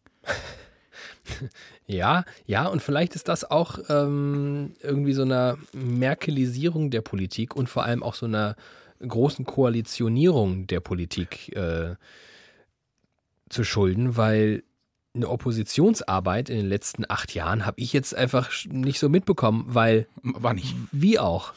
B: Ja, ja, und vielleicht ist das auch ähm, irgendwie so einer Merkelisierung der Politik und vor allem auch so einer großen Koalitionierung der Politik äh, zu schulden, weil eine Oppositionsarbeit in den letzten acht Jahren habe ich jetzt einfach sch- nicht so mitbekommen, weil
A: War nicht.
B: wie auch.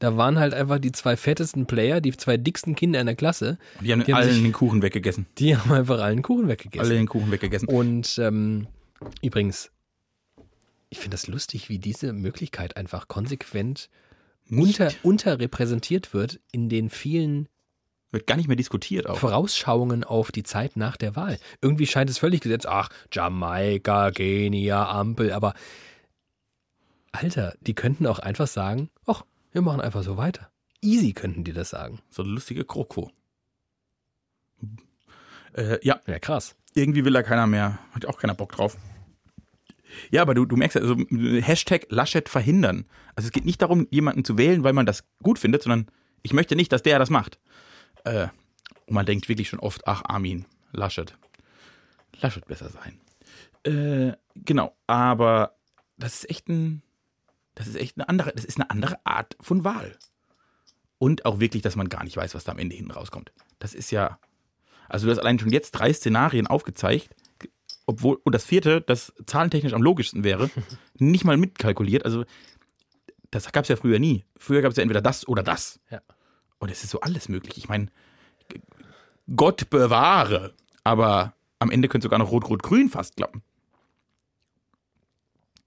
B: Da waren halt einfach die zwei fettesten Player, die zwei dicksten Kinder in der Klasse,
A: Und die haben,
B: Die haben
A: allen
B: sich-
A: den Kuchen weggegessen.
B: die haben einfach allen Kuchen weggegessen.
A: Alle den Kuchen weggegessen.
B: Und ähm, übrigens, ich finde das lustig, wie diese Möglichkeit einfach konsequent
A: Nicht,
B: unter, unterrepräsentiert wird in den vielen
A: wird gar nicht mehr diskutiert auch.
B: Vorausschauungen auf die Zeit nach der Wahl. Irgendwie scheint es völlig gesetzt, ach, Jamaika, Kenia, Ampel, aber Alter, die könnten auch einfach sagen, ach, wir machen einfach so weiter. Easy könnten die das sagen.
A: So eine lustige Kroko. Äh, ja,
B: Ja, krass.
A: irgendwie will da keiner mehr. Hat auch keiner Bock drauf. Ja, aber du, du merkst ja, also Hashtag Laschet verhindern. Also es geht nicht darum, jemanden zu wählen, weil man das gut findet, sondern ich möchte nicht, dass der das macht. Äh, und man denkt wirklich schon oft, ach Armin, Laschet. Laschet besser sein. Äh, genau, aber das ist echt ein, das ist echt eine andere, das ist eine andere Art von Wahl. Und auch wirklich, dass man gar nicht weiß, was da am Ende hinten rauskommt. Das ist ja, also du hast allein schon jetzt drei Szenarien aufgezeigt, obwohl, und das vierte, das zahlentechnisch am logischsten wäre, nicht mal mitkalkuliert. Also das gab es ja früher nie. Früher gab es ja entweder das oder das.
B: Ja.
A: Und es ist so alles möglich. Ich meine, g- Gott bewahre. Aber am Ende könnte sogar noch Rot-Rot-Grün fast klappen.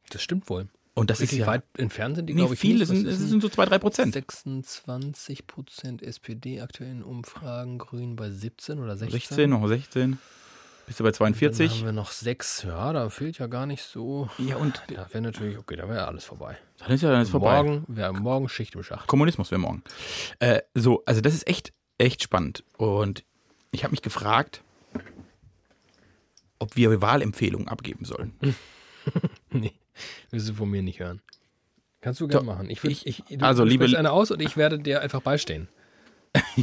B: Das stimmt wohl.
A: Und das
B: Wirklich
A: ist ja,
B: weit entfernt sind die,
A: nee,
B: glaube ich,
A: viele
B: nicht. Was
A: sind,
B: ist
A: es
B: denn-
A: sind so zwei, drei Prozent.
B: 26 Prozent SPD aktuellen Umfragen, Grün bei 17 oder 16.
A: 16, noch 16. Bist du bei
B: Dann
A: 42?
B: haben wir noch 6, ja, da fehlt ja gar nicht so.
A: Ja, und
B: Da wäre natürlich, okay, da wäre alles vorbei.
A: dann ist ja dann ist vorbei.
B: Morgen wäre morgen Schicht im Schacht.
A: Kommunismus wäre morgen. Äh, so, also das ist echt, echt spannend. Und ich habe mich gefragt, ob wir Wahlempfehlungen abgeben sollen.
B: nee, willst du von mir nicht hören. Kannst du gerne machen. Ich, würd-
A: ich-
B: ich, du,
A: also,
B: du
A: liebe-
B: sprichst eine aus und ich werde dir einfach beistehen.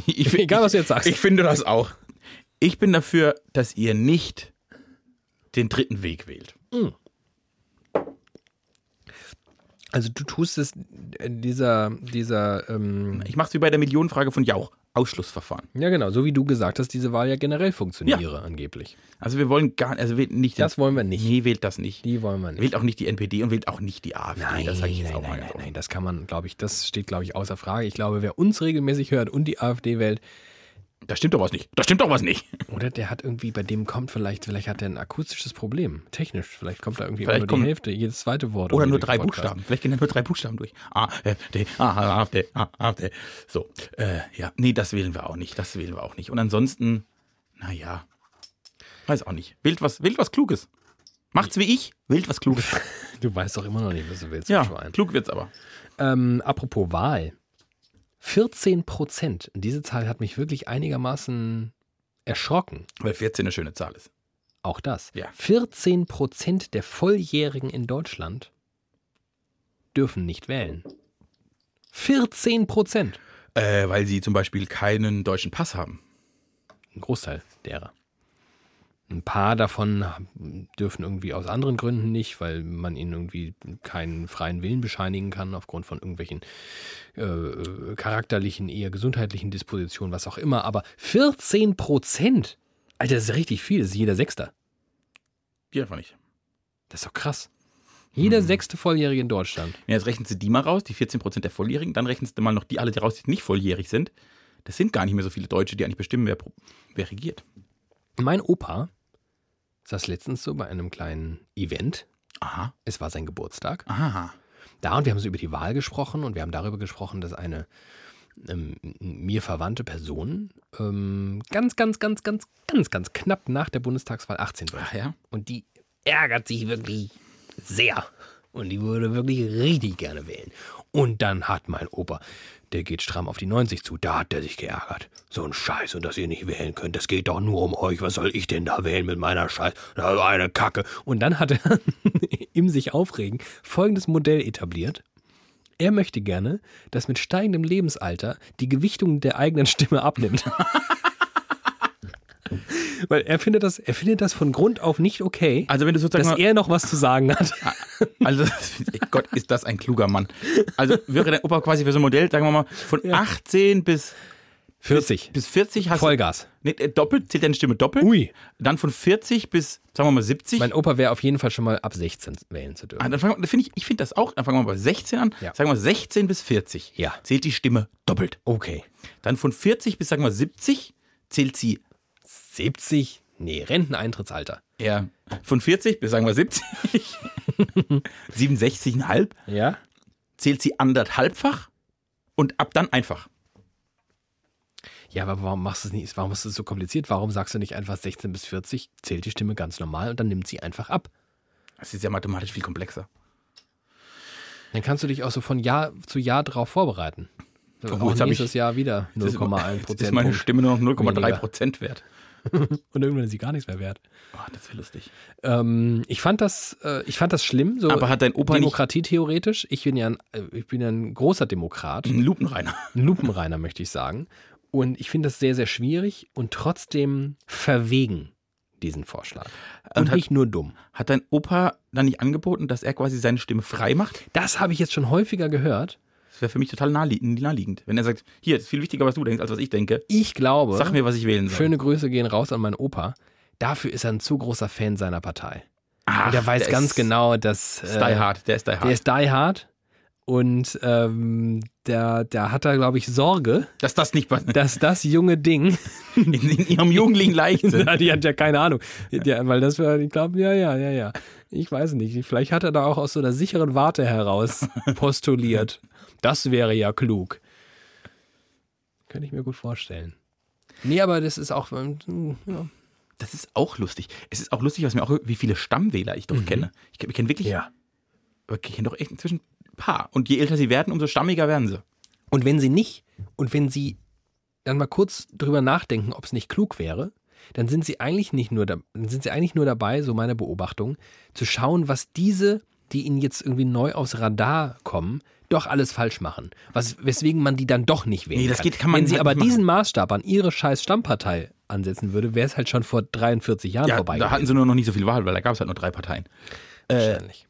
A: Ich, fi-
B: Egal, was du jetzt sagst.
A: Ich finde das auch. Ich bin dafür, dass ihr nicht den dritten Weg wählt.
B: Also du tust es äh, dieser, dieser, ähm,
A: Ich mach's wie bei der Millionenfrage von Jauch. Ausschlussverfahren.
B: ja genau, so wie du gesagt hast, diese Wahl ja generell funktioniere angeblich.
A: Also wir wollen gar also wählt nicht
B: Das wollen wir nicht.
A: Nee, wählt das nicht.
B: Die wollen wir nicht.
A: Wählt auch nicht die NPD und wählt auch nicht die AfD. das sage ich jetzt
B: nein,
A: auch mal
B: nein, nein,
A: ganz offen.
B: nein, das kann man, glaube ich, das steht, glaube ich, außer Frage. Ich glaube, wer uns regelmäßig hört und die AfD wählt,
A: Da stimmt doch was nicht. Da stimmt doch was nicht.
B: oder der hat irgendwie, bei dem kommt vielleicht, vielleicht hat er ein akustisches Problem, technisch. Vielleicht kommt da irgendwie
A: Vielleicht
B: immer nur
A: kommen-
B: die Hälfte, jedes zweite Wort.
A: Oder
B: irgendwie
A: nur
B: durch
A: drei
B: den Podcast.
A: Buchstaben. Vielleicht gehen da nur drei Buchstaben durch. AfD, A, AfD, A, AfD. So, äh, ja. Nee, das wählen wir auch nicht. Das wählen wir auch nicht. Und ansonsten, naja, weiß auch nicht. Wählt was, wählt was Kluges. Macht's wie ich, wählt was Kluges.
B: Du weißt doch immer noch nicht, was du willst,
A: ja,
B: du Schwein.
A: klug wird's aber.
B: Ähm, apropos Wahl. 14 Prozent. Diese Zahl hat mich wirklich einigermaßen erschrocken.
A: Weil 14 eine schöne Zahl ist.
B: Auch das.
A: Ja.
B: 14 Prozent der Volljährigen in Deutschland dürfen nicht wählen. 14 Prozent.
A: Äh, weil sie zum Beispiel keinen deutschen Pass haben.
B: Ein Großteil derer. Ein paar davon dürfen irgendwie aus anderen Gründen nicht, weil man ihnen irgendwie keinen freien Willen bescheinigen kann, aufgrund von irgendwelchen äh, charakterlichen, eher gesundheitlichen Dispositionen, was auch immer. Aber 14 Prozent! Alter, das ist richtig viel. Das ist jeder Sechster.
A: Die einfach nicht.
B: Das ist doch krass. Jeder sechste Volljährige in Deutschland.
A: Ja, jetzt rechnen sie die mal raus, die 14% der Volljährigen. Dann rechnen sie mal noch die alle die raus, die nicht volljährig sind. Das sind gar nicht mehr so viele Deutsche, die eigentlich bestimmen, wer, pro- wer regiert.
B: Mein Opa saß letztens so bei einem kleinen Event.
A: Aha,
B: Es war sein Geburtstag.
A: aha.
B: Da und wir haben so über die Wahl gesprochen und wir haben darüber gesprochen, dass eine ähm, mir verwandte Person ähm, ganz, ganz, ganz, ganz, ganz, ganz knapp nach der Bundestagswahl 18 war.
A: Ach ja.
B: Und die ärgert sich wirklich sehr. Und die würde wirklich richtig gerne wählen. Und dann hat mein Opa, der geht stramm auf die 90 zu, da hat der sich geärgert. So ein Scheiß und dass ihr nicht wählen könnt, das geht doch nur um euch. Was soll ich denn da wählen mit meiner Scheiß? Das ist eine Kacke. Und dann hat er im sich aufregen folgendes Modell etabliert. Er möchte gerne, dass mit steigendem Lebensalter die Gewichtung der eigenen Stimme abnimmt. Weil er findet das, er findet das von Grund auf nicht okay,
A: Also wenn du sozusagen
B: dass
A: mal-
B: er noch was zu sagen hat.
A: Also, ey Gott, ist das ein kluger Mann. Also wäre dein Opa quasi für so ein Modell, sagen wir mal, von 18 bis,
B: 40.
A: bis 40 hast
B: Vollgas.
A: du. Nee, äh, doppelt, zählt deine Stimme doppelt.
B: Ui.
A: Dann von 40 bis, sagen wir mal, 70.
B: Mein Opa wäre auf jeden Fall schon mal ab 16 wählen
A: Ah,
B: zu dürfen.
A: dann fangen wir- dann finde ich, ich finde das auch. Dann fangen wir bei 16 an.
B: Ja.
A: Sagen wir 16 bis 40.
B: Ja.
A: Zählt die Stimme doppelt.
B: Okay.
A: Dann von 40 bis, sagen wir 70 zählt sie.
B: 70? Nee, Renteneintrittsalter.
A: Ja. Von 40 bis, sagen wir 70. 67,5
B: Ja?
A: zählt sie anderthalbfach und ab dann einfach.
B: Ja, aber warum machst du es nicht? Warum ist es so kompliziert? Warum sagst du nicht einfach 16 bis 40 zählt die Stimme ganz normal und dann nimmt sie einfach ab?
A: Das ist ja mathematisch viel komplexer.
B: Dann kannst du dich auch so von Jahr zu Jahr drauf vorbereiten.
A: Oh,
B: auch
A: jetzt hab
B: nächstes
A: ich-
B: Jahr wieder
A: Jetzt ist-
B: 0,1
A: jetzt ist meine
B: Prozent.
A: Stimme nur noch 0,3
B: weniger.
A: Prozent wert.
B: Und irgendwann ist sie gar nichts mehr wert.
A: Oh, das wäre lustig.
B: Ähm, ich fand das, äh, ich fand das schlimm, so
A: Aber hat dein Opa nicht
B: Demokratie theoretisch. Ich bin ja ein, äh, ich bin ja ein großer Demokrat,
A: einen Lupenreiner?
B: ein Lupenreiner möchte ich sagen. Und ich finde das sehr, sehr schwierig und trotzdem verwegen diesen Vorschlag. Und,
A: Und hat-
B: nicht nur dumm.
A: Hat dein Opa dann nicht angeboten, dass er quasi seine Stimme frei macht?
B: Das habe ich jetzt schon häufiger gehört.
A: Das wäre für mich total nahelie- naheliegend. Wenn er sagt, hier, ist viel wichtiger, was du denkst, als was ich denke.
B: Ich glaube,
A: Sag mir, was ich wählen soll.
B: schöne Grüße gehen raus an meinen Opa. Dafür ist er ein zu großer Fan seiner Partei.
A: Ach,
B: Und er weiß
A: der
B: ganz
A: ist-
B: genau, dass
A: Ist die hard, der ist die hard.
B: Der ist die hard. Und ähm, da, da hat er, glaube ich, Sorge,
A: dass das nicht was-
B: dass das junge Ding,
A: in, in ihrem jugendlichen Leichtsinn.
B: Na, die hat ja keine Ahnung, ja, weil das war, ich glaube, ja, ja, ja, ja. Ich weiß nicht, vielleicht hat er da auch aus so einer sicheren Warte heraus postuliert. Das wäre ja klug. Könnte ich mir gut vorstellen. Nee, aber das ist auch, ähm, ja.
A: Das ist auch lustig. Es ist auch lustig, was mir auch, wie viele Stammwähler ich doch
B: Mhm.
A: kenne. Ich, ich kenne wirklich, ich kenne doch echt inzwischen ein paar. Und je älter sie werden, umso stammiger werden sie.
B: Und wenn sie nicht, und wenn sie dann mal kurz drüber nachdenken, ob es nicht klug wäre, dann sind sie eigentlich nicht nur, da, dann sind sie eigentlich nur dabei, so meine Beobachtung, zu schauen, was diese, die ihnen jetzt irgendwie neu aufs Radar kommen, doch alles falsch machen. Was, weswegen man die dann doch nicht wählen
A: Nee, das
B: kann.
A: geht- kann man
B: wenn sie
A: halt
B: aber
A: nicht machen.
B: diesen Maßstab an ihre scheiß Stammpartei ansetzen würde, wäre es halt schon vor 43 Jahren
A: Ja,
B: vorbei
A: da hatten
B: gewesen,
A: sie nur noch nicht so viel Wahl, weil da gab es halt nur drei Parteien.
B: wahrscheinlich.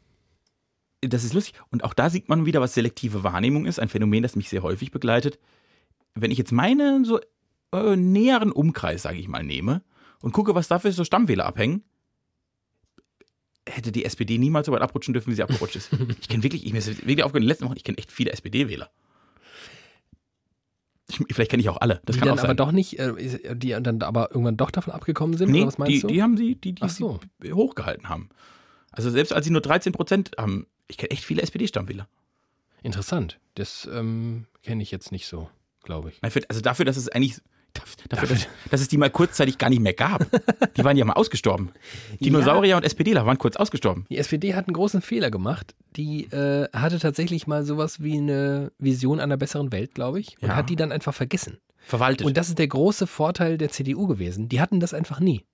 A: das ist lustig. Und auch da sieht man wieder, was selektive Wahrnehmung ist. Ein Phänomen, das mich sehr häufig begleitet. Wenn ich jetzt meinen so äh, näheren Umkreis, sage ich mal, nehme und gucke, was dafür so Stammwähler abhängen, hätte die SPD niemals so weit abrutschen dürfen, wie sie abgerutscht ist. Ich kenne wirklich, ich mir ist wirklich aufgehört in den letzten Wochen, ich kenne echt viele SPD-Wähler. Ich, vielleicht kenne ich auch alle. Das
B: die
A: kann
B: dann
A: auch
B: aber
A: sein.
B: doch nicht, äh, die dann aber irgendwann doch davon abgekommen sind?
A: nee,
B: oder was meinst
A: die,
B: du?
A: die haben sie, die, die
B: Ach so.
A: sie hochgehalten haben. Also selbst als sie nur 13 Prozent haben, ich kenne echt viele SPD-Stammwähler.
B: Interessant. Das ähm, kenne ich jetzt nicht so, glaube ich.
A: Nein, für- Also dafür, dass es eigentlich, daf- dafür, dass, dass es die mal kurzzeitig gar nicht mehr gab. Die waren ja mal ausgestorben. Dinosaurier und SPDler waren kurz ausgestorben.
B: Die SPD hat einen großen Fehler gemacht. Die äh, hatte tatsächlich mal sowas wie eine Vision einer besseren Welt, glaube ich, und
A: Ja.
B: hat die dann einfach vergessen.
A: Verwaltet.
B: Und das ist der große Vorteil der CDU gewesen. Die hatten das einfach nie.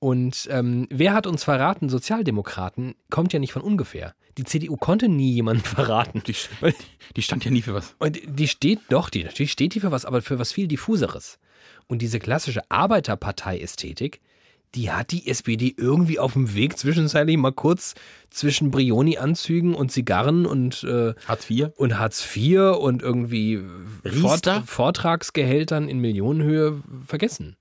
B: Und ähm, wer hat uns verraten, Sozialdemokraten, kommt ja nicht von ungefähr. Die CDU konnte nie jemanden verraten.
A: die, die stand ja nie für was.
B: Und die steht doch, die natürlich steht die für was, aber für was viel diffuseres. Und diese klassische Arbeiterpartei-Ästhetik, die hat die SPD irgendwie auf dem Weg zwischenzeitlich mal kurz zwischen Brioni-Anzügen und Zigarren und, äh,
A: Hartz IV?
B: und Hartz IV und irgendwie Vort
A: Riester?
B: Vortragsgehältern in Millionenhöhe vergessen.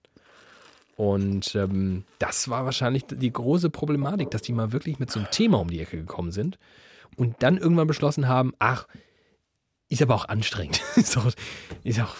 B: Und ähm, das war wahrscheinlich die große Problematik, dass die mal wirklich mit so einem Thema um die Ecke gekommen sind und dann irgendwann beschlossen haben, ach, ist aber auch anstrengend. ist auch, ist auch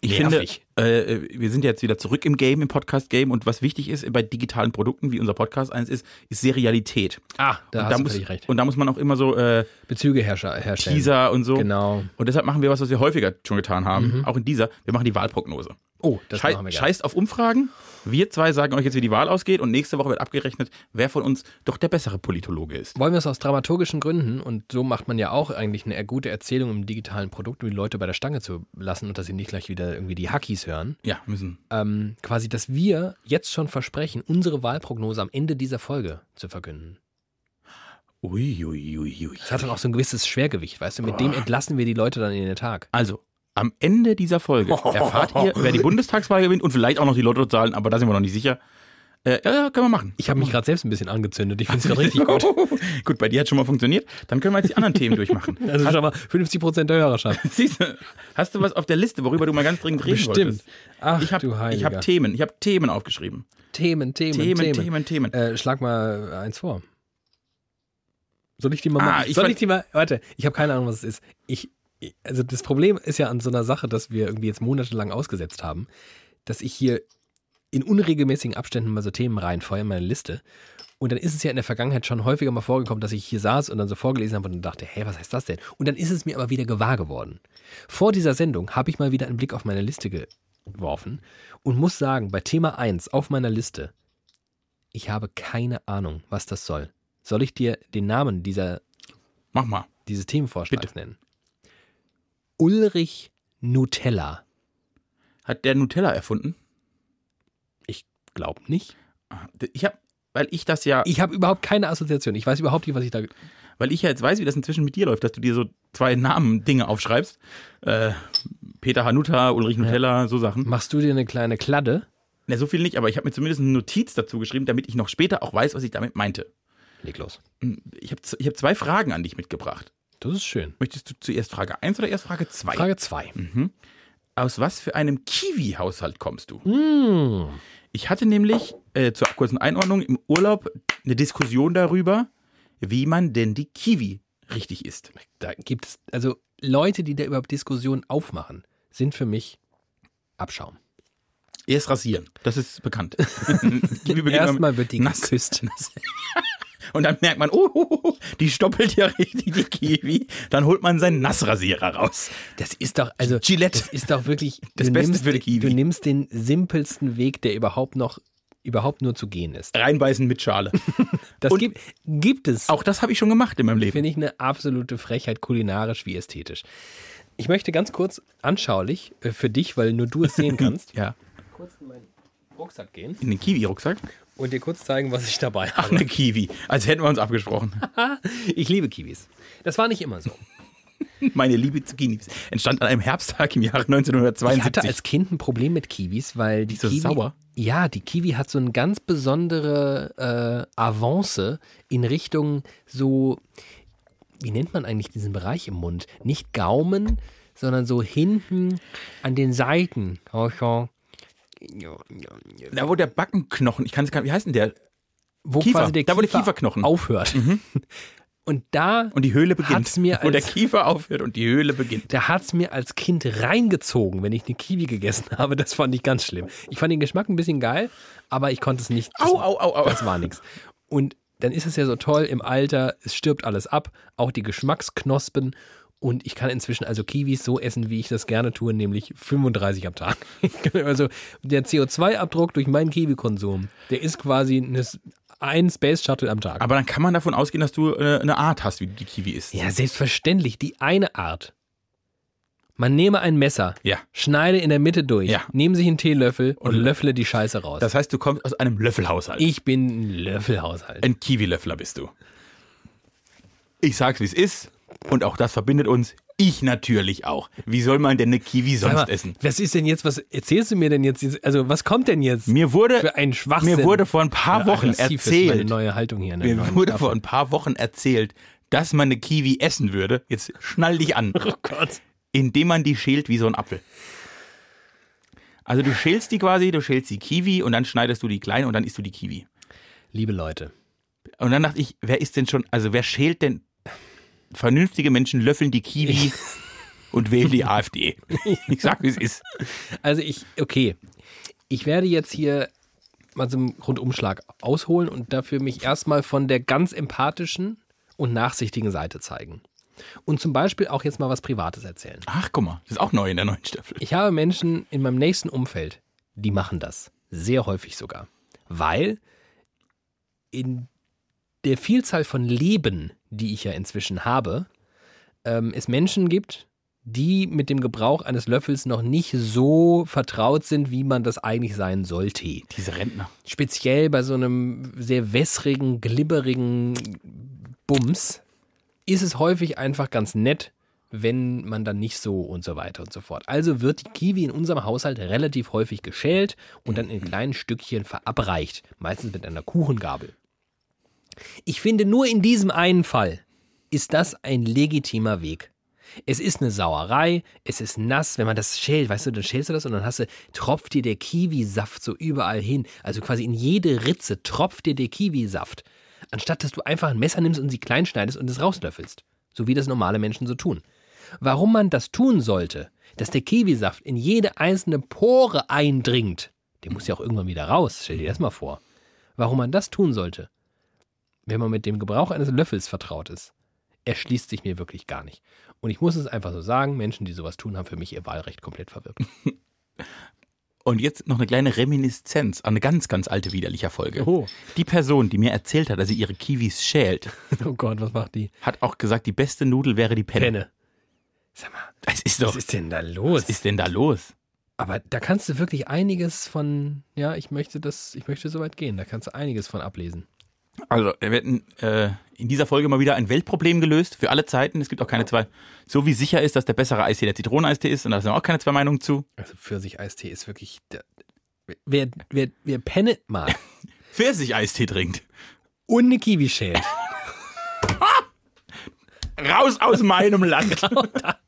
A: Ich
B: nervig.
A: finde, äh, wir sind jetzt wieder zurück im Game, im Podcast-Game. Und was wichtig ist bei digitalen Produkten, wie unser Podcast eins ist, ist Serialität.
B: ah, da
A: und
B: hast du
A: muss,
B: völlig recht.
A: Und da muss man auch immer so äh,
B: Bezüge herrscher, herstellen.
A: Teaser und so.
B: Genau.
A: Und deshalb machen wir was, was wir häufiger schon getan haben, auch in dieser. Wir machen die Wahlprognose.
B: Oh, Mhm. das
A: Schei
B: machen wir gerne.
A: scheißt auf Umfragen. Wir zwei sagen euch jetzt, wie die Wahl ausgeht. Und nächste Woche wird abgerechnet, wer von uns doch der bessere Politologe ist.
B: wollen wir es aus dramaturgischen Gründen und so macht man ja auch eigentlich eine gute Erzählung im digitalen Produkt, um die Leute bei der Stange zu lassen und dass sie nicht gleich wieder irgendwie die Hackies hören.
A: Ja, müssen.
B: Ähm, quasi, dass wir jetzt schon versprechen, unsere Wahlprognose am Ende dieser Folge zu verkünden.
A: Uiuiuiui. Ui, ui.
B: Das hat dann auch so ein gewisses Schwergewicht, weißt du? Mit dem entlassen wir die Leute dann in den Tag.
A: Also, am Ende dieser Folge erfahrt ihr, wer die Bundestagswahl gewinnt und vielleicht auch noch die Lottozahlen, aber da sind wir noch nicht sicher. Äh, ja, können wir machen.
B: Ich habe mich gerade selbst ein bisschen angezündet. Ich finde es gerade richtig gut.
A: gut, bei dir hat schon mal funktioniert. Dann können wir jetzt die anderen Themen durchmachen.
B: Also schon mal 50% der Hörerschaft.
A: Siehst du, hast du was auf der Liste, worüber du mal ganz dringend reden wolltest?
B: Ach,
A: Ich habe
B: du Heiliger.
A: hab Themen, ich habe Themen aufgeschrieben.
B: Themen, Themen,
A: Themen, Themen,
B: Themen.
A: Themen.
B: Äh, schlag mal eins vor. Soll ich die mal
A: Ah,
B: machen?
A: ich
B: Soll
A: fand-
B: ich die mal. Warte, ich habe keine Ahnung, was es ist. Ich, ich- also das Problem ist ja an so einer Sache, dass wir irgendwie jetzt monatelang ausgesetzt haben, dass ich hier in unregelmäßigen Abständen mal so Themen reinfeuere in meine Liste. Und dann ist es ja in der Vergangenheit schon häufiger mal vorgekommen, dass ich hier saß und dann so vorgelesen habe und dann dachte, hey, was heißt das denn? Und dann ist es mir aber wieder gewahr geworden. Vor dieser Sendung habe ich mal wieder einen Blick auf meine Liste geworfen und muss sagen, bei Thema 1 auf meiner Liste ich habe keine Ahnung, was das soll. Soll ich dir den Namen dieser,
A: Mach mal.
B: dieses Themenvorschlags nennen? Ulrich Nutella.
A: Hat der Nutella erfunden?
B: Ich glaube nicht.
A: Ah, Ich habe, weil ich das ja,
B: Ich habe überhaupt keine Assoziation. Ich weiß überhaupt nicht, was ich da.
A: weil ich ja jetzt weiß, wie das inzwischen mit dir läuft, dass du dir so zwei Namen Dinge aufschreibst. Äh, Peter Hanuta, Ulrich Nutella, so Sachen.
B: Machst du dir eine kleine Kladde?
A: Na, so viel nicht, aber ich habe mir zumindest eine Notiz dazu geschrieben, damit ich noch später auch weiß, was ich damit meinte. Hm,
B: Leg los.
A: Ich habe ich hab zwei Fragen an dich mitgebracht.
B: Das ist schön.
A: Möchtest du zuerst Frage 1 oder erst Frage 2?
B: Frage 2.
A: Aus was für einem Kiwi-Haushalt kommst du?
B: Mmh.
A: Ich hatte nämlich äh, zur kurzen Einordnung im Urlaub eine Diskussion darüber, wie man denn die Kiwi richtig isst.
B: Da gibt es. Also Leute, die da überhaupt Diskussionen aufmachen, sind für mich Abschaum.
A: Erst rasieren, das ist bekannt. Kiwi beginnt
B: Erstmal wird die
A: nass.
B: geküsst.
A: Und dann merkt man, oh, oh, oh, oh, die stoppelt ja richtig die Kiwi. Dann holt man seinen Nassrasierer raus.
B: Das ist doch, also
A: Gillette.
B: das ist doch wirklich
A: Das
B: du
A: Beste
B: nimmst,
A: für die Kiwi.
B: Du nimmst den simpelsten Weg, der überhaupt noch überhaupt nur zu gehen ist.
A: Reinbeißen mit Schale.
B: Das
A: Und-
B: gibt, gibt es.
A: Auch das habe ich schon gemacht in meinem Leben.
B: Finde ich eine absolute Frechheit, kulinarisch wie ästhetisch. Ich möchte ganz kurz anschaulich äh, für dich, weil nur du es sehen kannst,
A: Ja.
B: kurz in meinen Rucksack gehen
A: In den Kiwi-Rucksack?
B: und dir kurz zeigen, was ich dabei habe.
A: Ach, eine Kiwi. Als hätten wir uns abgesprochen.
B: Ich liebe Kiwis. Das war nicht immer so.
A: Meine Liebe zu Kiwis entstand an einem Herbsttag im Jahre
B: Ich hatte
A: 1972.
B: als Kind ein Problem mit Kiwis, weil die
A: so
B: Kiwi,
A: sauer?
B: Ja, die Kiwi hat so eine ganz besondere äh, Avance in Richtung so wie nennt man eigentlich diesen Bereich im Mund? Nicht Gaumen, sondern so hinten an den Seiten. Oh, schon.
A: Da wo der Backenknochen, ich kann es gar nicht, wie heißt denn der?
B: Wo
A: Kiefer.
B: quasi der
A: Da, wo der
B: Kiefer
A: Kieferknochen- Mhm.
B: aufhört. Und da,
A: Und die Höhle beginnt.
B: Hat's mir
A: wo der
B: als-
A: Kiefer aufhört und die Höhle beginnt.
B: da hat es mir als Kind reingezogen, wenn ich eine Kiwi gegessen habe. Das fand ich ganz schlimm. Ich fand den Geschmack ein bisschen geil, aber ich konnte es nicht.
A: Au, au, au, au.
B: Das war nichts. Und dann ist es ja so toll im Alter, es stirbt alles ab, auch die Geschmacksknospen. Und ich kann inzwischen also Kiwis so essen, wie ich das gerne tue, nämlich 35 am Tag. Also der CO2-Abdruck durch meinen Kiwi-Konsum, der ist quasi eine, ein Space Shuttle am Tag.
A: Aber dann kann man davon ausgehen, dass du äh, eine Art hast, wie die Kiwi ist.
B: ja, selbstverständlich, die eine Art. Man nehme ein Messer,
A: Ja.
B: schneide in der Mitte durch,
A: Ja.
B: nehme sich einen Teelöffel und, löffle die Scheiße raus.
A: Das heißt, du kommst aus einem Löffelhaushalt.
B: ich bin ein Löffelhaushalt.
A: Ein Kiwi-Löffler bist du. Ich sag's, wie es ist. Und auch das verbindet uns. Ich natürlich auch. Wie soll man denn eine Kiwi sonst
B: Sag mal,
A: essen?
B: Was ist denn jetzt, was erzählst du mir denn jetzt? Also, was kommt denn jetzt?
A: Mir wurde,
B: für einen Schwachsinn.
A: mir wurde vor ein paar
B: Ja,
A: Wochen
B: aggressiv Ist meine
A: erzählt,
B: neue Haltung hier. Ne?
A: mir wurde vor ein paar Wochen erzählt, dass man eine Kiwi essen würde. Jetzt schnall dich an.
B: Gott.
A: indem man die schält wie so ein Apfel. Also du schälst die quasi, du schälst die Kiwi und dann schneidest du die klein und dann isst du die Kiwi.
B: Liebe Leute,
A: Und dann dachte ich, wer isst denn schon, also wer schält denn? Vernünftige Menschen löffeln die Kiwi und wählen die AfD. Ich sag, wie es ist.
B: also ich, okay, ich werde jetzt hier mal so einen Rundumschlag ausholen und dafür mich erstmal von der ganz empathischen und nachsichtigen Seite zeigen. Und zum Beispiel auch jetzt mal was Privates erzählen.
A: Ach, guck mal, das ist auch neu in der neuen Staffel.
B: Ich habe Menschen in meinem nächsten Umfeld, die machen das. Sehr häufig sogar. Weil in der Vielzahl von Leben, die ich ja inzwischen habe, ähm, es Menschen gibt, die mit dem Gebrauch eines Löffels noch nicht so vertraut sind, wie man das eigentlich sein sollte.
A: Diese Rentner.
B: Speziell bei so einem sehr wässrigen, glibberigen Bums ist es häufig einfach ganz nett, wenn man dann nicht so und so weiter und so fort. Also wird die Kiwi in unserem Haushalt relativ häufig geschält und dann in kleinen Stückchen verabreicht, meistens mit einer Kuchengabel. Ich finde, nur in diesem einen Fall ist das ein legitimer Weg. Es ist eine Sauerei, es ist nass, wenn man das schält, weißt du, dann schälst du das und dann hast du, tropft dir der Kiwisaft so überall hin. Also quasi in jede Ritze tropft dir der Kiwisaft. Anstatt dass du einfach ein Messer nimmst und sie klein schneidest und es rauslöffelst. So wie das normale Menschen so tun. Warum man das tun sollte, dass der Kiwisaft in jede einzelne Pore eindringt, der muss ja auch irgendwann wieder raus, stell dir das mal vor. Warum man das tun sollte, wenn man mit dem Gebrauch eines Löffels vertraut ist, erschließt sich mir wirklich gar nicht. Und ich muss es einfach so sagen, Menschen, die sowas tun, haben für mich ihr Wahlrecht komplett verwirkt.
A: Und jetzt noch eine kleine Reminiszenz an eine ganz, ganz alte, widerliche Folge.
B: Oh.
A: Die Person, die mir erzählt hat, dass sie ihre Kiwis schält,
B: oh Gott, was macht die?
A: hat auch gesagt, die beste Nudel wäre die Penne.
B: Penne. Sag mal,
A: Das ist doch,
B: was ist denn da los?
A: was ist denn da los?
B: Aber da kannst du wirklich einiges von, ja, ich möchte das, ich möchte so weit gehen, da kannst du einiges von ablesen.
A: Also, wir hätten äh, in dieser Folge mal wieder ein Weltproblem gelöst für alle Zeiten. Es gibt auch keine zwei. So wie sicher ist, dass der bessere Eistee der Zitroneneistee ist, und da sind auch keine zwei Meinungen zu.
B: Also Pfirsich-Eistee ist wirklich, der, wer, wer, wer Penne mag
A: Pfirsich-Eistee trinkt.
B: und eine Kiwi schält,
A: Raus aus meinem Land.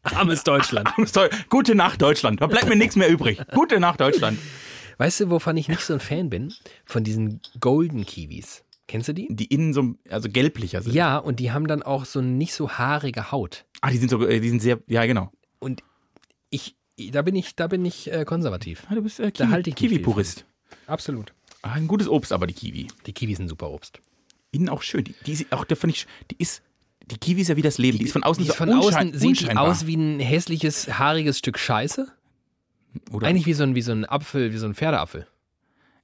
B: armes Deutschland.
A: Ist toll. Gute Nacht, Deutschland. Da bleibt mir nichts mehr übrig. Gute Nacht, Deutschland.
B: Weißt du, wovon ich nicht so ein Fan bin? Von diesen Golden Kiwis. Kennst du die?
A: Die innen so, also gelblicher sind.
B: Ja, und die haben dann auch so eine nicht so haarige Haut.
A: Ah, die sind so, äh, die sind sehr, ja, genau.
B: Und ich, da bin ich, da bin ich äh, konservativ.
A: Ah, du bist äh,
B: Da halte ich mich
A: Kiwi-Purist.
B: Absolut.
A: Ah, ein gutes Obst, aber die Kiwi.
B: Die Kiwis sind super Obst.
A: Innen auch schön. Die, die ist, auch, da finde ich, die ist, die Kiwi ist ja wie das Leben. Die ist von außen
B: Die
A: so
B: ist von
A: unschein-
B: außen sehen die
A: unscheinbar.
B: aus wie ein hässliches, haariges Stück Scheiße.
A: Oder,
B: Eigentlich wie so ein, wie so ein Apfel, wie so ein Pferdeapfel.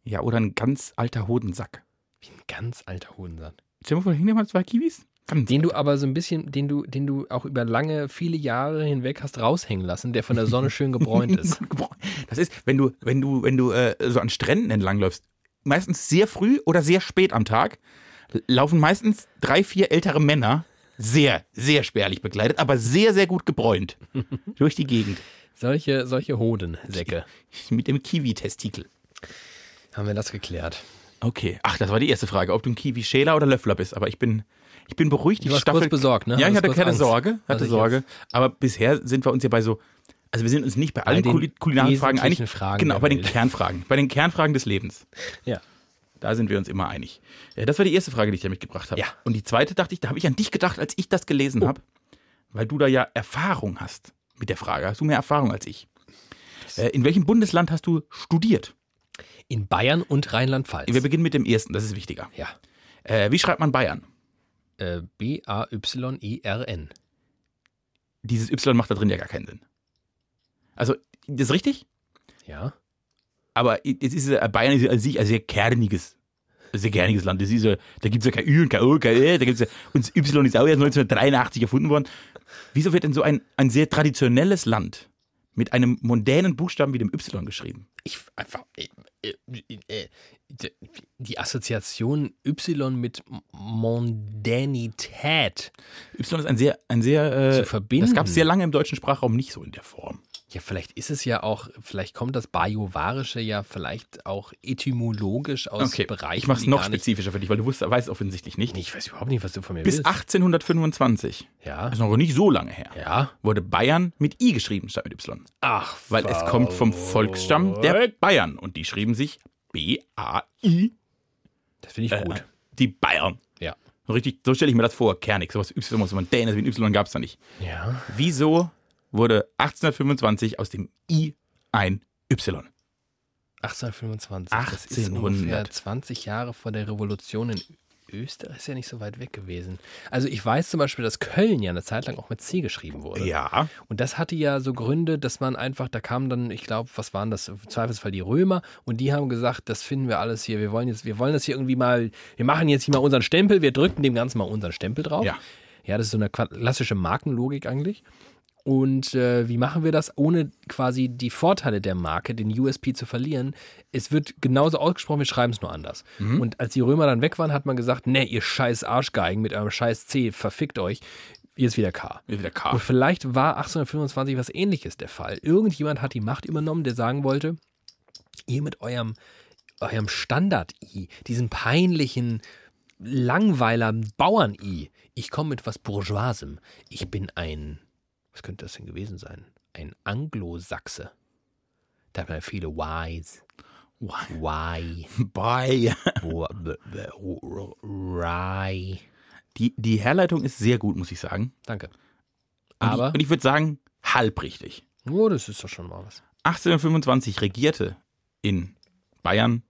A: ja, oder ein ganz alter Hodensack.
B: Wie ein ganz alter Hodensack.
A: Stell dir mal vor, hing dir mal zwei Kiwis. Ganz
B: Den du aber so ein bisschen, den du, den du auch über lange, viele Jahre hinweg hast raushängen lassen, der von der Sonne schön gebräunt ist.
A: gebrochen. Das ist, wenn du, wenn du, wenn du äh, so an Stränden entlangläufst, meistens sehr früh oder sehr spät am Tag, laufen meistens drei, vier ältere Männer, sehr, sehr spärlich bekleidet, aber sehr, sehr gut gebräunt durch die Gegend.
B: Solche, solche Hodensäcke.
A: Mit dem Kiwi-Testikel.
B: Haben wir das geklärt.
A: Okay. Ach, das war die erste Frage, ob du ein Kiwi Schäler oder Löffler bist. Aber ich bin, ich bin beruhigt.
B: Du
A: die
B: warst
A: Staffel.
B: kurz besorgt, ne?
A: Ja, ich
B: Hattest
A: hatte
B: kurz
A: keine
B: Angst. Also
A: Sorge,
B: Hatte
A: hatte
B: ich
A: Sorge. Aber bisher sind wir uns ja bei so, also wir sind uns nicht bei allen
B: den
A: kuli- kulinarischen Fragen
B: wesentlichen
A: einig.
B: Fragen
A: genau,
B: der
A: bei den
B: Welt.
A: Kernfragen, bei den Kernfragen des Lebens.
B: Ja.
A: Da sind wir uns immer einig. Äh, Das war die erste Frage, die ich da mitgebracht habe.
B: Ja. Oh.
A: Und die zweite dachte ich, da habe ich an dich gedacht, als ich das gelesen habe, weil du da ja Erfahrung hast mit der Frage. Hast du mehr Erfahrung als ich? Äh, In welchem Bundesland hast du studiert?
B: In Bayern und Rheinland-Pfalz.
A: Wir beginnen mit dem ersten, das ist wichtiger.
B: Ja.
A: Äh, wie schreibt man Bayern?
B: Äh, B-A-Y-I-R-N.
A: Dieses Y macht da drin ja gar keinen Sinn. Also, das ist richtig,
B: Ja.
A: aber es ist, äh, Bayern ist ja an sich ein sehr kerniges, sehr kerniges Land. Das ist, ja- da gibt es ja kein Ü und kein O, kein Ä, da gibt's ja, und das Y ist auch erst 1983 erfunden worden. Wieso wird denn so ein, ein sehr traditionelles Land mit einem mondänen Buchstaben wie dem Y geschrieben?
B: Ich einfach. Äh, äh, äh, d- die Assoziation Y mit M- Mondänität.
A: Y ist ein sehr, ein sehr,
B: Zu
A: äh,
B: verbinden.
A: das gab es sehr lange im deutschen Sprachraum nicht so in der Form.
B: Ja, vielleicht ist es ja auch, vielleicht kommt das Bajovarische ja vielleicht auch etymologisch aus Bereichen.
A: ich mach's
B: die
A: noch
B: gar nicht-
A: spezifischer für dich, weil du wusst, weißt offensichtlich nicht.
B: Nee, Ich weiß überhaupt nicht, was du von mir
A: Bis
B: willst.
A: 1825,
B: Ja.
A: das ist noch nicht so lange her,
B: Ja.
A: wurde Bayern mit I geschrieben statt mit Y.
B: Ach,
A: Weil es kommt vom Volksstamm der Bayern und die schrieben sich B-A-I.
B: Das finde ich
A: äh,
B: gut.
A: Die Bayern.
B: Ja.
A: So Richtig, so stelle ich mir das vor, kernig. Sowas Y, so ein Dänes wie ein Y gab es da nicht.
B: Ja.
A: Wieso wurde 1825 aus dem I ein Y?
B: 1825. Das ist
A: 1800.
B: ungefähr 20 Jahre vor der Revolution in Österreich. Ist ja nicht so weit weg gewesen. Also ich weiß zum Beispiel, dass Köln ja eine Zeit lang auch mit C geschrieben wurde.
A: Ja.
B: Und das hatte ja so Gründe, dass man einfach, da kamen dann, ich glaube, was waren das? Im Zweifelsfall die Römer und die haben gesagt, das finden wir alles hier. Wir wollen jetzt, wir wollen das hier irgendwie mal, wir machen jetzt hier mal unseren Stempel, wir drücken dem Ganzen mal unseren Stempel drauf.
A: Ja.
B: Ja, das ist so eine qua- klassische Markenlogik eigentlich. Und äh, wie machen wir das, ohne quasi die Vorteile der Marke, den USP zu verlieren? Es wird genauso ausgesprochen, wir schreiben es nur anders. Und als die Römer dann weg waren, hat man gesagt, nee, ihr scheiß Arschgeigen mit eurem scheiß C, verfickt euch. Jetzt wieder K.
A: Äh, Wieder K.
B: Und vielleicht war 1825 was ähnliches der Fall. Irgendjemand hat die Macht übernommen, der sagen wollte, ihr mit eurem, eurem Standard-I, diesem peinlichen, langweiler Bauern-I, ich komme mit was Bourgeoisem. Ich bin ein, was könnte das denn gewesen sein? Ein Anglosachse. Da hat man viele Ys.
A: Why?
B: Y.
A: Bayern.
B: Wo- b- b- ro- ro- Rye.
A: Die, die Herleitung ist sehr gut, muss ich sagen.
B: Danke.
A: Und
B: Aber,
A: ich, und ich würde sagen, halb richtig.
B: oh, das ist doch schon mal was.
A: 1825 regierte in Bayern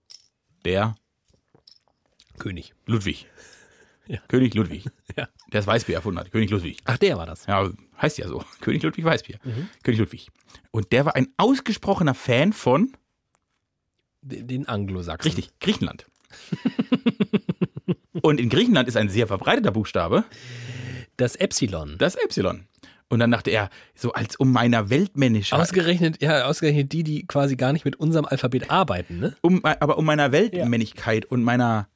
A: der
B: König.
A: Ludwig.
B: Ja.
A: König Ludwig.
B: Ja.
A: Der das Weißbier erfunden hat. König Ludwig.
B: Ach, der war das.
A: Ja, heißt ja so. König Ludwig Weißbier.
B: Mhm.
A: König Ludwig. Und der war ein ausgesprochener Fan von,
B: Den den Anglosachsen.
A: richtig, Griechenland. Und in Griechenland ist ein sehr verbreiteter Buchstabe,
B: Das Epsilon.
A: das Epsilon. Und dann dachte er, so als um meiner Weltmännlichkeit,
B: Ausgerechnet, ja, ausgerechnet die, die quasi gar nicht mit unserem Alphabet arbeiten, ne?
A: um, aber um meiner Weltmännlichkeit und meiner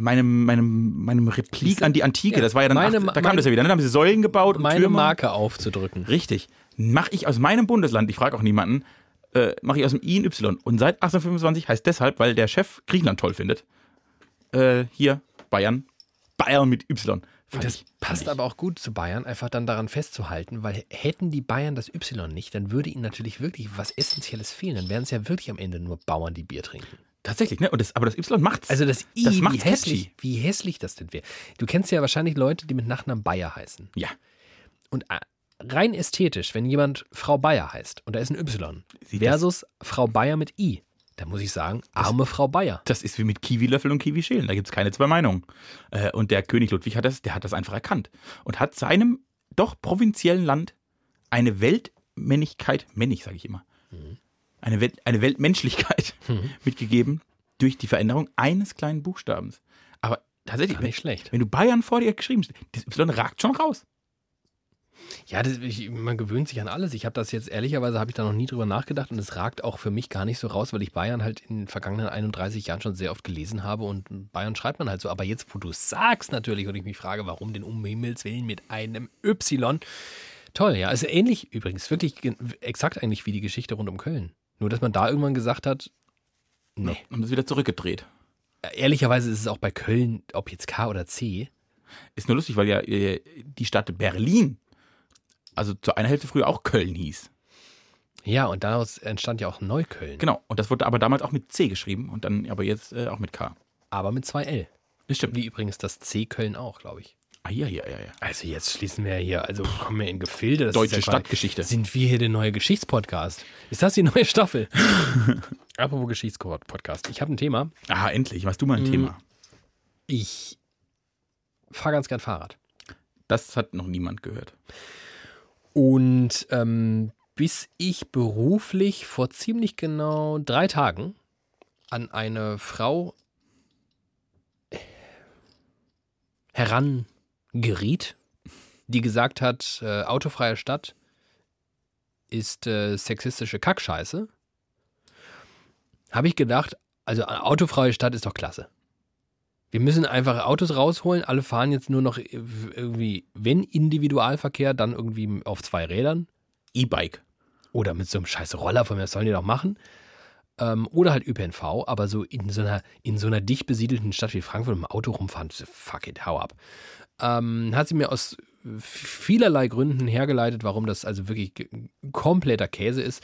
A: meinem, meinem, meinem Replik an die Antike,
B: Ja,
A: das war ja dann,
B: meine-
A: acht, da kam
B: meine-
A: das ja wieder, dann haben sie Säulen gebaut und
B: Meine
A: Türme.
B: Marke aufzudrücken.
A: Richtig. Mache ich aus meinem Bundesland, ich frage auch niemanden, äh, mache ich aus dem I ein Y. Und seit 1825 heißt deshalb, weil der Chef Griechenland toll findet, äh, hier Bayern, Bayern mit Y. Fand
B: Das
A: ich-
B: passt aber auch gut zu Bayern, einfach dann daran festzuhalten, weil hätten die Bayern das Y nicht, dann würde ihnen natürlich wirklich was Essentielles fehlen. Dann wären es ja wirklich am Ende nur Bauern, die Bier trinken.
A: Tatsächlich, ne? Und das, aber das Y macht's.
B: Also das I,
A: Das
B: wie,
A: macht's
B: hässlich,
A: catchy.
B: wie hässlich das denn wäre. Du kennst ja wahrscheinlich Leute, die mit Nachnamen Bayer heißen.
A: Ja.
B: Und äh, rein ästhetisch, wenn jemand Frau Bayer heißt und da ist ein Y
A: Sieht
B: versus Frau Bayer mit I, dann muss ich sagen, arme Frau Bayer.
A: Das ist wie mit Kiwi-Löffel und Kiwi-Schälen. Da gibt's keine zwei Meinungen. Äh, und der König Ludwig hat das, der hat das einfach erkannt. Und hat seinem doch provinziellen Land eine Weltmännlichkeit, männig sage ich immer,
B: Mhm.
A: eine, Welt, eine Weltmenschlichkeit mitgegeben durch die Veränderung eines kleinen Buchstabens. Aber tatsächlich,
B: Gar nicht schlecht.
A: wenn du Bayern vor dir geschrieben hast, das Y ragt schon raus.
B: Ja, das, ich, man gewöhnt sich an alles. Ich habe das jetzt, ehrlicherweise habe ich da noch nie drüber nachgedacht und es ragt auch für mich gar nicht so raus, weil ich Bayern halt in den vergangenen 31 Jahren schon sehr oft gelesen habe und Bayern schreibt man halt so. Aber jetzt, wo du es sagst natürlich und ich mich frage, warum denn um Himmels Willen mit einem Y? Toll, ja. Also ähnlich übrigens, wirklich gen- exakt eigentlich wie die Geschichte rund um Köln. Nur, dass man da irgendwann gesagt hat, nee,
A: Und das wieder zurückgedreht.
B: Ehrlicherweise ist es auch bei Köln, ob jetzt K oder C.
A: Ist nur lustig, weil ja äh, die Stadt Berlin, also zur einen Hälfte früher auch Köln hieß.
B: Ja, und daraus entstand ja auch Neukölln.
A: Genau. Und das wurde aber damals auch mit C geschrieben und dann aber jetzt äh, auch mit K.
B: Aber mit zwei L.
A: Das stimmt.
B: Wie übrigens das C Köln auch, glaube ich.
A: Ah, ja, ja, ja, ja.
B: Also jetzt schließen wir hier, also kommen wir in Gefilde. Das
A: Deutsche
B: ist ja quasi-
A: Stadtgeschichte.
B: Sind wir hier der neue Geschichtspodcast? Ist das die neue Staffel? Apropos Geschichtspodcast. Ich habe ein Thema.
A: Aha, endlich. Machst du mal ein Thema.
B: Ich fahre ganz gern Fahrrad.
A: Das hat noch niemand gehört.
B: Und ähm, bis ich beruflich vor ziemlich genau drei Tagen an eine Frau herangeriet, die gesagt hat, äh, autofreie Stadt ist äh, sexistische Kackscheiße, habe ich gedacht, also eine autofreie Stadt ist doch klasse. Wir müssen einfach Autos rausholen. Alle fahren jetzt nur noch äh, irgendwie, wenn Individualverkehr, dann irgendwie auf zwei Rädern
A: E-Bike.
B: oder mit so einem scheiß Roller von mir, was sollen die doch machen? Ähm, oder halt ÖPNV, aber so in so einer, in so einer dicht besiedelten Stadt wie Frankfurt im Auto rumfahren, so fuck it, hau ab. Ähm, hat sie mir aus vielerlei Gründen hergeleitet, warum das also wirklich ge- kompletter Käse ist.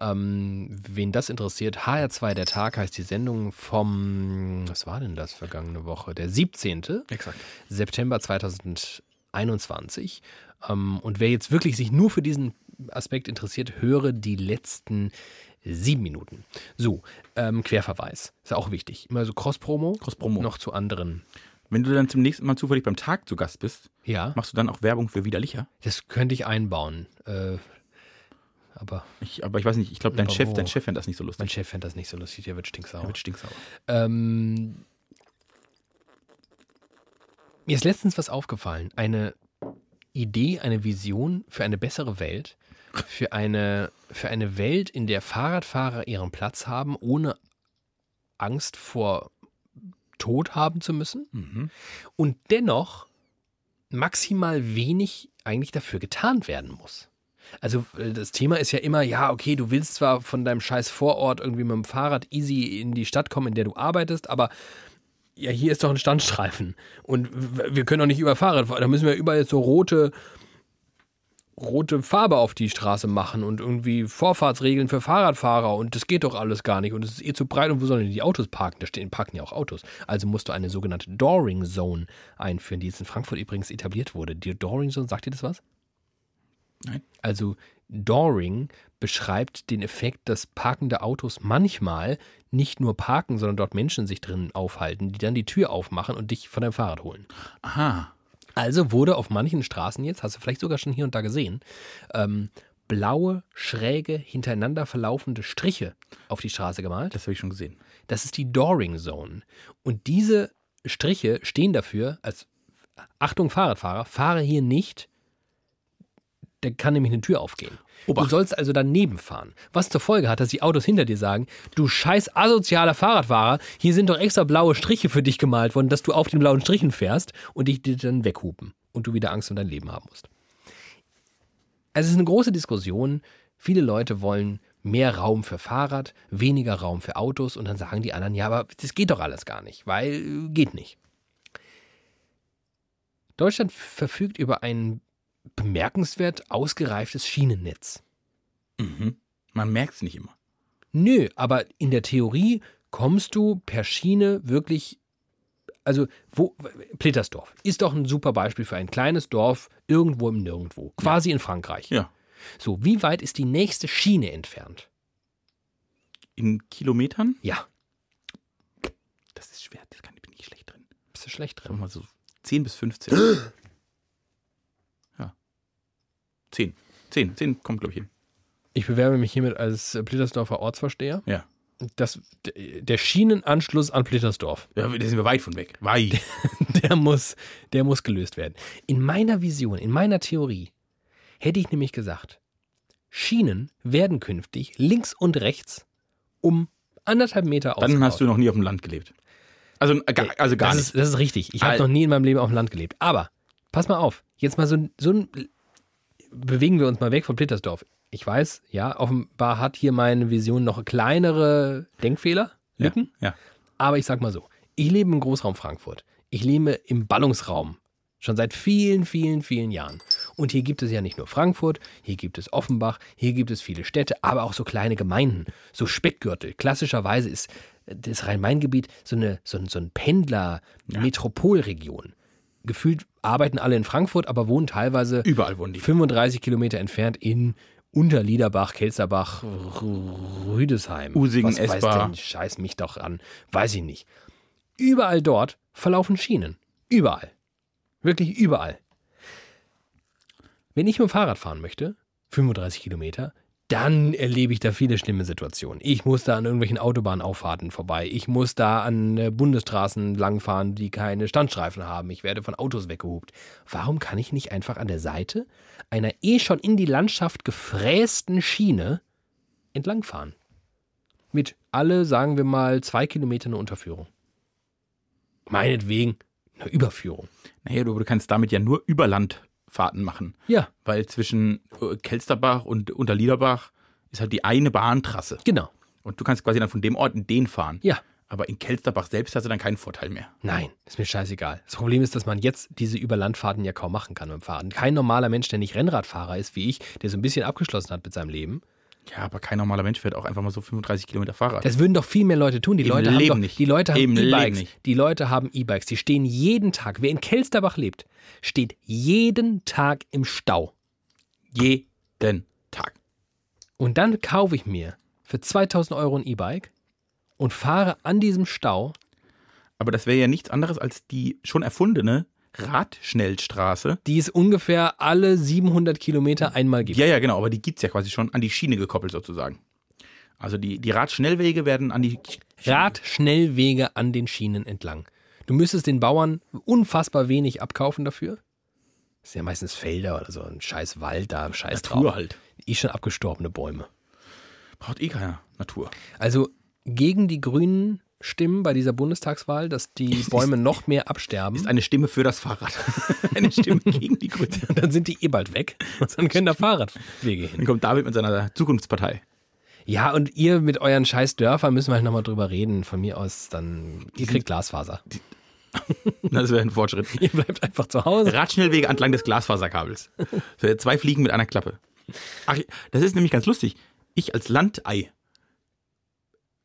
B: Ähm, wen das interessiert, HR2 der Tag heißt die Sendung vom, was war denn das vergangene Woche? Der 17.
A: Exakt.
B: September 2021. Ähm, und wer jetzt wirklich sich nur für diesen Aspekt interessiert, höre die letzten sieben Minuten. So, ähm, Querverweis. Ist ja auch wichtig. Immer so Cross-Promo.
A: Cross-Promo.
B: Noch zu anderen.
A: Wenn du dann zum nächsten Mal zufällig beim Tag zu Gast bist,
B: Ja,
A: machst du dann auch Werbung für Widerlicher?
B: das könnte ich einbauen. Äh, aber
A: Ich, aber ich weiß nicht, ich glaube, dein
B: Aber
A: Chef,
B: wo?
A: dein oh. Chef fände das nicht so
B: mein
A: lustig.
B: Chef fände das nicht so lustig. Der wird stinksauer.
A: Er wird stinksauer.
B: Ähm, mir ist letztens was aufgefallen. Eine Idee, eine Vision für eine bessere Welt. Für eine, für eine Welt, in der Fahrradfahrer ihren Platz haben, ohne Angst vor Tod haben zu müssen
A: Mhm.
B: und dennoch maximal wenig eigentlich dafür getan werden muss. Also äh, das Thema ist ja immer, ja, okay, du willst zwar von deinem scheiß Vorort irgendwie mit dem Fahrrad easy in die Stadt kommen, in der du arbeitest, aber ja, hier ist doch ein Standstreifen und w- wir können doch nicht über Fahrrad fahren, da müssen wir überall jetzt so rote rote Farbe auf die Straße machen und irgendwie Vorfahrtsregeln für Fahrradfahrer und das geht doch alles gar nicht und es ist eh zu breit und wo sollen denn die Autos parken? Da stehen, parken ja auch Autos. Also musst du eine sogenannte Dooring Zone einführen, die jetzt in Frankfurt übrigens etabliert wurde. Die Dooring Zone, sagt ihr das was?
A: Nein.
B: Also Dooring beschreibt den Effekt, dass parkende Autos manchmal nicht nur parken, sondern dort Menschen sich drinnen aufhalten, die dann die Tür aufmachen und dich von deinem Fahrrad holen.
A: Aha.
B: Also wurde auf manchen Straßen jetzt, hast du vielleicht sogar schon hier und da gesehen, ähm, blaue, schräge, hintereinander verlaufende Striche auf die Straße gemalt.
A: Das habe ich schon gesehen.
B: Das ist die Dooring Zone. Und diese Striche stehen dafür, als Achtung, Fahrradfahrer, fahre hier nicht, da kann nämlich eine Tür aufgehen. Du
A: Obacht.
B: sollst also daneben fahren. Was zur Folge hat, dass die Autos hinter dir sagen, du scheiß asozialer Fahrradfahrer, hier sind doch extra blaue Striche für dich gemalt worden, dass du auf den blauen Strichen fährst und dich dir dann weghupen und du wieder Angst um dein Leben haben musst. Also es ist eine große Diskussion. Viele Leute wollen mehr Raum für Fahrrad, weniger Raum für Autos und dann sagen die anderen, ja, aber das geht doch alles gar nicht, weil äh, geht nicht. Deutschland verfügt über ein bemerkenswert ausgereiftes Schienennetz.
A: Mhm. Man merkt es nicht immer.
B: Nö, aber in der Theorie kommst du per Schiene wirklich. Also, wo. Plittersdorf ist doch ein super Beispiel für ein kleines Dorf irgendwo im Nirgendwo. Quasi in Frankreich.
A: Ja.
B: So, wie weit ist die nächste Schiene entfernt?
A: In Kilometern?
B: Ja,
A: Das ist schwer, das kann, bin ich schlecht drin.
B: bist du schlecht
A: Sagen wir
B: drin.
A: mal so 10 bis 15. ja. 10. 10. 10 kommt, glaube ich, hin.
B: Ich bewerbe mich hiermit als äh, Plittersdorfer Ortsversteher.
A: Ja.
B: Das, d- der Schienenanschluss an Plittersdorf.
A: Ja, da sind wir weit von weg. Weit.
B: der muss, der muss gelöst werden. In meiner Vision, in meiner Theorie hätte ich nämlich gesagt, Schienen werden künftig links und rechts um anderthalb Meter
A: Dann hast du noch nie auf dem Land gelebt. Also, äh, gar, also gar
B: das
A: nicht.
B: Ist, das ist richtig. Ich habe
A: Al-
B: noch nie in meinem Leben auf dem Land gelebt. Aber pass mal auf. Jetzt mal so, ein- so ein. Bewegen wir uns mal weg von Plittersdorf. Ich weiß, ja, offenbar hat hier meine Vision noch kleinere Denkfehler, Lücken.
A: Ja.
B: Aber ich sag mal so, Ich lebe im Großraum Frankfurt. Ich lebe im Ballungsraum. Schon seit vielen, vielen, vielen Jahren. Und hier gibt es ja nicht nur Frankfurt, hier gibt es Offenbach, hier gibt es viele Städte, aber auch so kleine Gemeinden, so Speckgürtel. Klassischerweise ist das Rhein-Main-Gebiet so eine so ein, so ein Pendler-Metropolregion. Gefühlt arbeiten alle in Frankfurt, aber wohnen teilweise
A: Überall wohnen die.
B: 35 Kilometer entfernt in Unterliederbach, Kelsterbach, R- Rüdesheim.
A: Usingen,
B: Was weiß
A: Esbar.
B: denn? Scheiß mich doch an. Weiß ich nicht. Überall dort verlaufen Schienen. Überall. Wirklich überall. Wenn ich mit dem Fahrrad fahren möchte, 35 Kilometer, dann erlebe ich da viele schlimme Situationen. Ich muss da an irgendwelchen Autobahnauffahrten vorbei. Ich muss da an äh, Bundesstraßen langfahren, die keine Standstreifen haben. Ich werde von Autos weggehobt. Warum kann ich nicht einfach an der Seite einer eh schon in die Landschaft gefrästen Schiene entlangfahren? Mit alle, sagen wir mal, zwei Kilometern eine Unterführung. Meinetwegen eine Überführung.
A: Naja, du, du kannst damit ja nur Überlandfahrten machen.
B: Ja,
A: Weil zwischen äh, Kelsterbach und Unterliederbach ist halt die eine Bahntrasse.
B: genau.
A: Und du kannst quasi dann von dem Ort in den fahren.
B: Ja.
A: Aber in Kelsterbach selbst hast du dann keinen Vorteil mehr.
B: Nein, ist mir scheißegal. Das Problem ist, dass man jetzt diese Überlandfahrten ja kaum machen kann mit dem Fahrrad. Kein normaler Mensch, der nicht Rennradfahrer ist wie ich, der so ein bisschen abgeschlossen hat mit seinem Leben.
A: Ja, aber kein normaler Mensch fährt auch einfach mal so 35 Kilometer Fahrrad.
B: Das würden doch viel mehr Leute tun. Die
A: Im
B: Leute haben
A: Leben
B: doch,
A: nicht.
B: die Leute haben
A: Im Leben
B: E-Bikes.
A: nicht.
B: Die Leute haben E-Bikes. Die stehen jeden Tag. Wer in Kelsterbach lebt, steht jeden Tag im Stau.
A: jeden Tag.
B: Und dann kaufe ich mir für 2000 Euro ein E-Bike und fahre an diesem Stau.
A: Aber das wäre ja nichts anderes als die schon erfundene Radschnellstraße.
B: die es ungefähr alle 700 Kilometer einmal gibt.
A: Ja, ja, genau, aber die gibt es ja quasi schon an die Schiene gekoppelt sozusagen. Also die, die Radschnellwege werden an die.
B: Radschnellwege an den Schienen entlang. Du müsstest den Bauern unfassbar wenig abkaufen dafür. Das sind ja meistens Felder oder so, ein scheiß Wald da, scheiß
A: Natur
B: drauf.
A: halt.
B: Eh schon abgestorbene Bäume.
A: Braucht eh keiner Natur.
B: Also gegen die Grünen stimmen bei dieser Bundestagswahl, dass die Bäume noch mehr absterben.
A: Ist eine Stimme für das Fahrrad. eine Stimme gegen die Grünen.
B: Und dann sind die eh bald weg. Und dann können da Fahrradwege hin.
A: Dann kommt David mit seiner Zukunftspartei.
B: Ja, und ihr mit euren scheiß Dörfern müssen wir halt nochmal drüber reden. Von mir aus, dann, ihr kriegt Glasfaser.
A: Das wäre ein Fortschritt.
B: Ihr bleibt einfach zu Hause.
A: Radschnellwege entlang des Glasfaserkabels. So, zwei Fliegen mit einer Klappe. Ach, das ist nämlich ganz lustig. Ich als Landei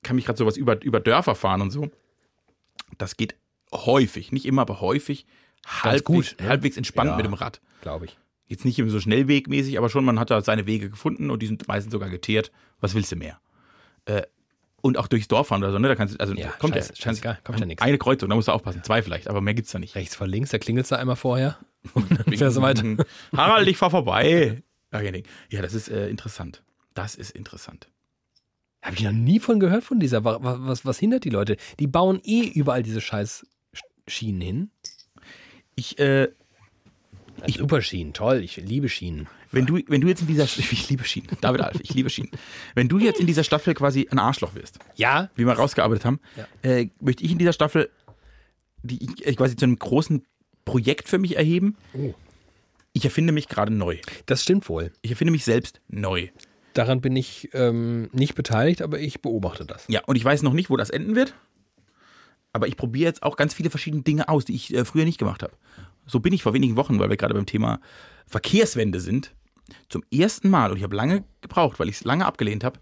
A: kann mich gerade sowas über, über Dörfer fahren und so. Das geht häufig, nicht immer, aber häufig halbwegs,
B: gut, ne?
A: halbwegs entspannt
B: Ja.
A: mit dem Rad.
B: Glaube ich.
A: Jetzt nicht eben so schnellwegmäßig, aber schon, man hat da seine Wege gefunden und die sind meistens sogar geteert. Was willst du mehr? Äh, und auch durchs Dorf fahren oder so, ne? Da kannst du, also
B: Ja,
A: kommt
B: scheiß-
A: ja,
B: scheißegal, kommt ja nix.
A: Eine Kreuzung, da musst du aufpassen, zwei vielleicht, aber mehr gibt's da nicht.
B: Rechts vor links, da klingelt da einmal vorher. Und dann fährst du weiter.
A: Harald, ich fahr vorbei. Ja, kein Ding. Ja, das ist äh, interessant. Das ist interessant.
B: Habe ich noch nie von gehört von dieser. Wa- wa- Was, was hindert die Leute? Die bauen eh überall diese scheiß Sch- Schienen hin.
A: Ich, äh,
B: Ich, super Schienen, toll. Ich liebe Schienen.
A: wenn du, wenn du jetzt in dieser, ich liebe Schienen, David Alf, ich liebe Schienen. Wenn du jetzt in dieser Staffel quasi ein Arschloch wirst,
B: Ja,
A: wie wir rausgearbeitet haben, äh, möchte ich in dieser Staffel die ich, äh, quasi zu einem großen Projekt für mich erheben.
B: Oh.
A: Ich erfinde mich gerade neu.
B: das stimmt wohl.
A: Ich erfinde mich selbst neu.
B: Daran bin ich ähm, nicht beteiligt, aber ich beobachte das.
A: Ja, und ich weiß noch nicht, wo das enden wird. Aber ich probiere jetzt auch ganz viele verschiedene Dinge aus, die ich äh, früher nicht gemacht habe. So bin ich vor wenigen Wochen, weil wir gerade beim Thema Verkehrswende sind, zum ersten Mal, und ich habe lange gebraucht, weil ich es lange abgelehnt habe,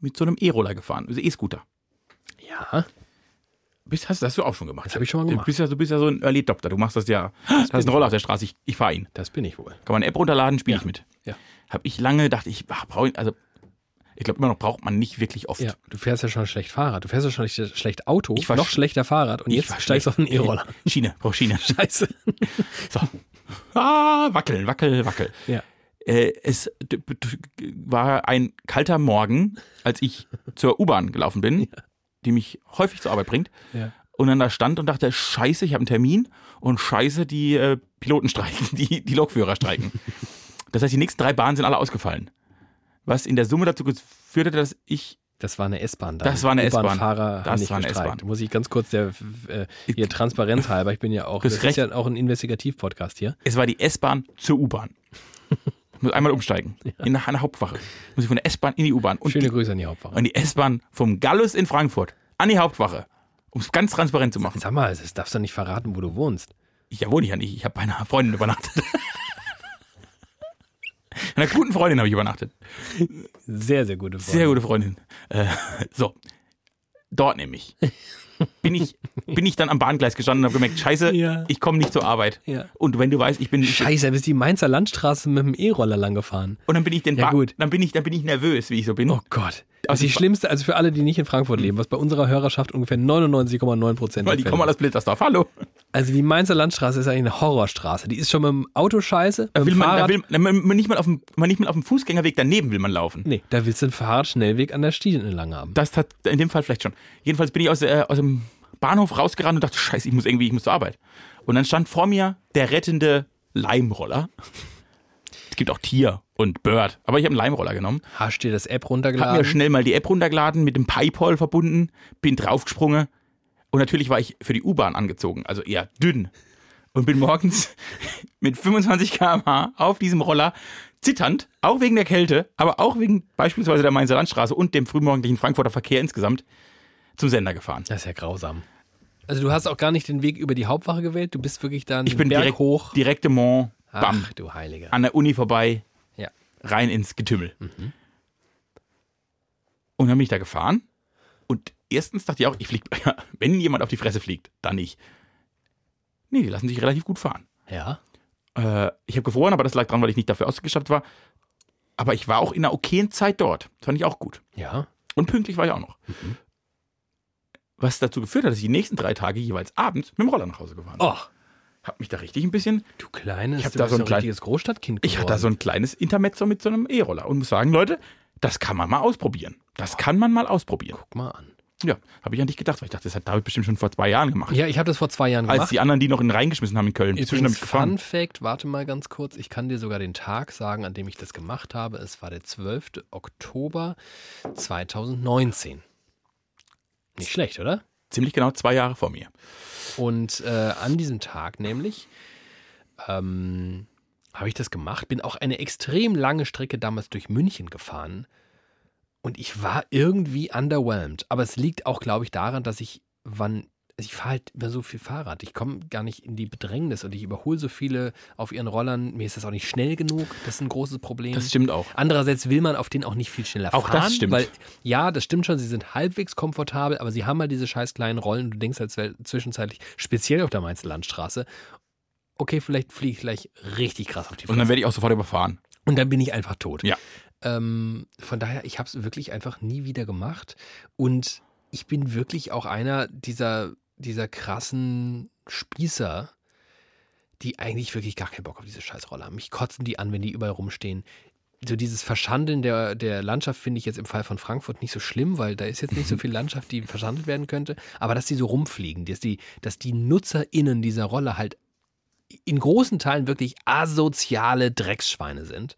A: mit so einem E-Roller gefahren, also E-Scooter.
B: Ja,
A: Bist, hast, hast du auch schon gemacht?
B: Das habe ich schon mal
A: Du
B: gemacht.
A: bist ja, du bist ja so ein Early Adopter, du machst das ja. Du hast einen Roller auf der Straße, ich, ich fahre ihn.
B: das bin ich wohl.
A: Kann man eine App runterladen, spiele
B: Ja.
A: ich mit.
B: Ja.
A: Habe ich lange gedacht, ich ach, brauche ihn, also ich glaube immer noch braucht man nicht wirklich oft.
B: Ja, du fährst ja schon schlecht Fahrrad. Du fährst ja schon schlecht, schlecht Auto,
A: Ich war
B: noch
A: sch-
B: schlechter Fahrrad und
A: Ich
B: jetzt
A: war
B: steigst du auf einen
A: schlecht.
B: E-Roller.
A: Schiene, brauch Schiene.
B: Scheiße.
A: So. Ah, wackel, wackel, wackel.
B: Ja.
A: Äh, es d- b- d- war ein kalter Morgen, als ich zur U-Bahn gelaufen bin, die mich häufig zur Arbeit bringt.
B: Ja.
A: Und dann da stand und dachte, scheiße, ich habe einen Termin und scheiße, die äh, Piloten streiken, die, die Lokführer streiken. das heißt, die nächsten drei Bahnen sind alle ausgefallen. Was in der Summe dazu geführt hat, dass ich
B: Das war eine S-Bahn da.
A: Das war eine S-Bahn.
B: Fahrer haben
A: Das
B: nicht
A: war eine
B: gestreikt.
A: S-Bahn.
B: Muss ich ganz kurz der äh, hier Transparenz halber, ich bin ja auch,
A: Das
B: das,
A: ist
B: ist ja auch ein Investigativ-Podcast hier.
A: Es war die S-Bahn zur U-Bahn. Muss einmal umsteigen. In nach einer Hauptwache. Muss ich von der S-Bahn in die U-Bahn. Und,
B: Schöne
A: die-
B: Grüße an die Hauptwache.
A: und die S-Bahn vom Gallus in Frankfurt an die Hauptwache. Um es ganz transparent zu machen.
B: Sag mal, das darfst du nicht verraten, wo du wohnst.
A: Ich ja, wohne ich ja nicht. Ich habe bei einer Freundin übernachtet. einer guten Freundin habe ich übernachtet.
B: Sehr, sehr gute Frage.
A: Sehr gute Freundin. Äh, so, dort nämlich. Bin ich, bin ich dann am Bahngleis gestanden und habe gemerkt, scheiße,
B: Ja.
A: ich komme nicht zur Arbeit.
B: Ja.
A: Und wenn du weißt, ich bin...
B: Scheiße, da bist du die Mainzer Landstraße mit dem E-Roller lang gefahren.
A: Und dann bin ich den
B: Ja,
A: Ba-
B: gut.
A: Dann bin ich, dann bin ich nervös, wie ich so bin.
B: Oh Gott. Das
A: Also
B: ist die
A: ich-
B: schlimmste, also für alle, die nicht in Frankfurt leben, was bei unserer Hörerschaft ungefähr 99,9 Prozent
A: Weil die kommen aus Blittersdorf. Hallo.
B: Also die Mainzer Landstraße ist eigentlich eine Horrorstraße. Die ist schon mit dem Auto scheiße,
A: Da
B: mit
A: will
B: dem
A: man, da
B: Fahrrad.
A: will, da man, man, nicht mal auf dem, man nicht mal auf dem Fußgängerweg daneben will man laufen.
B: nee, da willst du einen Fahrradschnellweg an der Stiege entlang haben.
A: Das hat in dem Fall vielleicht schon. Jedenfalls bin ich aus, äh, aus dem Bahnhof rausgerannt und dachte, scheiße, ich muss irgendwie, ich muss zur Arbeit. Und dann stand vor mir der rettende Leimroller. Es gibt auch Tier und Bird, aber ich habe einen Leimroller genommen.
B: Hast dir das App
A: Hab mir
B: runtergeladen?
A: schnell mal die App runtergeladen, mit dem Paypal verbunden, bin draufgesprungen und natürlich war ich für die U-Bahn angezogen, also eher dünn. Und bin morgens mit 25 km/h auf diesem Roller zitternd, auch wegen der Kälte, aber auch wegen beispielsweise der Mainzer Landstraße und dem frühmorgendlichen Frankfurter Verkehr insgesamt zum Sender gefahren.
B: Das ist ja grausam. Also du hast auch gar nicht den Weg über die Hauptwache gewählt, du bist wirklich dann
A: Ich bin
B: Berg
A: direkt,
B: hoch.
A: direkt im Mont, bam,
B: Ach, du Heiliger.
A: an der Uni vorbei,
B: Ja.
A: rein ins Getümmel. Und dann bin ich da gefahren. Und erstens dachte ich auch, ich flieg, wenn jemand auf die Fresse fliegt, dann ich. Nee, die lassen sich relativ gut fahren.
B: Ja.
A: Äh, ich habe gefroren, aber das lag dran, weil ich nicht dafür ausgestattet war. Aber ich war auch in einer okayen Zeit dort. Das fand ich auch gut.
B: Ja.
A: Und pünktlich war ich auch noch. Was dazu geführt hat, dass ich die nächsten drei Tage jeweils abends mit dem Roller nach Hause gefahren bin.
B: Oh,
A: Hab mich da richtig ein bisschen
B: du kleines,
A: Ich hab
B: du
A: da
B: bist
A: so ein klein-
B: richtiges Großstadtkind geworden.
A: Ich hatte da so ein kleines Intermezzo mit so einem E-Roller und muss sagen, Leute, das kann man mal ausprobieren. Das kann man mal ausprobieren.
B: Guck mal an.
A: Ja, habe ich an dich gedacht, weil ich dachte, das hat David bestimmt schon vor zwei Jahren gemacht.
B: Ja, ich habe das vor zwei Jahren
A: Als
B: gemacht.
A: die anderen, die noch in den reingeschmissen haben in Köln. Inzwischen habe
B: Übrigens,
A: ich gefahren.
B: Fun Fact, warte mal ganz kurz. Ich kann dir sogar den Tag sagen, an dem ich das gemacht habe. Es war der 12. Oktober 2019. Nicht schlecht, oder?
A: Ziemlich genau zwei Jahre vor mir.
B: Und äh, an diesem Tag nämlich ähm, habe ich das gemacht, bin auch eine extrem lange Strecke damals durch München gefahren und ich war irgendwie underwhelmed. Aber es liegt auch, glaube ich, daran, dass ich wann. also Ich fahre halt immer so viel Fahrrad. Ich komme gar nicht in die Bedrängnis und ich überhole so viele auf ihren Rollern. Mir ist das auch nicht schnell genug. Das ist ein großes Problem.
A: Das stimmt auch.
B: Andererseits will man auf denen auch nicht viel schneller
A: Auch
B: fahren.
A: das stimmt.
B: Weil, ja, das stimmt schon, sie sind halbwegs komfortabel, aber sie haben halt diese scheiß kleinen Rollen. Du denkst halt zwe- zwischenzeitlich, speziell auf der Mainzer Landstraße, okay, vielleicht fliege ich gleich richtig krass auf die
A: Und
B: Fresse.
A: dann werde ich auch sofort überfahren.
B: Und dann bin ich einfach tot.
A: Ja.
B: Ähm, von daher, ich habe es wirklich einfach nie wieder gemacht. Und ich bin wirklich auch einer dieser, dieser krassen Spießer, die eigentlich wirklich gar keinen Bock auf diese Scheißrolle haben. Mich kotzen die an, wenn die überall rumstehen. So dieses Verschandeln der, der Landschaft finde ich jetzt im Fall von Frankfurt nicht so schlimm, weil da ist jetzt nicht so viel Landschaft, die verschandelt werden könnte. Aber dass die so rumfliegen, dass die, dass die NutzerInnen dieser Rolle halt in großen Teilen wirklich asoziale Drecksschweine sind.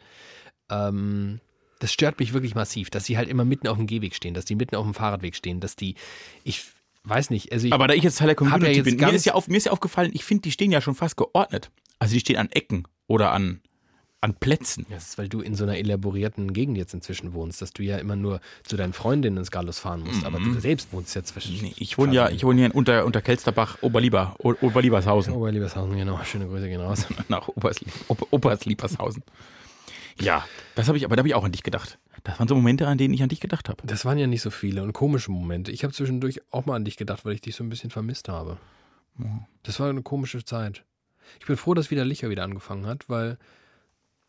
B: Ähm, das stört mich wirklich massiv, dass sie halt immer mitten auf dem Gehweg stehen, dass die mitten auf dem Fahrradweg stehen, dass die, ich weiß nicht, also ich,
A: Aber da ich jetzt Teil der
B: Hab ja
A: Community
B: jetzt
A: bin, mir
B: ganz-
A: ist, ja auf, mir ist ja aufgefallen, ich finde, die stehen ja schon fast geordnet. Also die stehen an Ecken oder an, an Plätzen.
B: das ist, weil du in so einer elaborierten Gegend jetzt inzwischen wohnst, dass du ja immer nur zu deinen Freundinnen ins Gallus fahren musst, aber du selbst wohnst ja zwischen.
A: Mhm. Nee, ich wohne ja ich wohne hier in unter, unter Kelsterbach, Oberlieber, O- Oberliebershausen.
B: Oberliebershausen, genau. Schöne Grüße gehen raus.
A: nach Obersliebershausen. Obersliebershausen. Ja, das habe ich, aber da habe ich auch an dich gedacht. Das waren so Momente, an denen ich an dich gedacht habe.
B: Das waren ja nicht so viele und komische Momente. Ich habe zwischendurch auch mal an dich gedacht, weil ich dich so ein bisschen vermisst habe. Das war eine komische Zeit. Ich bin froh, dass wieder Licher wieder angefangen hat, weil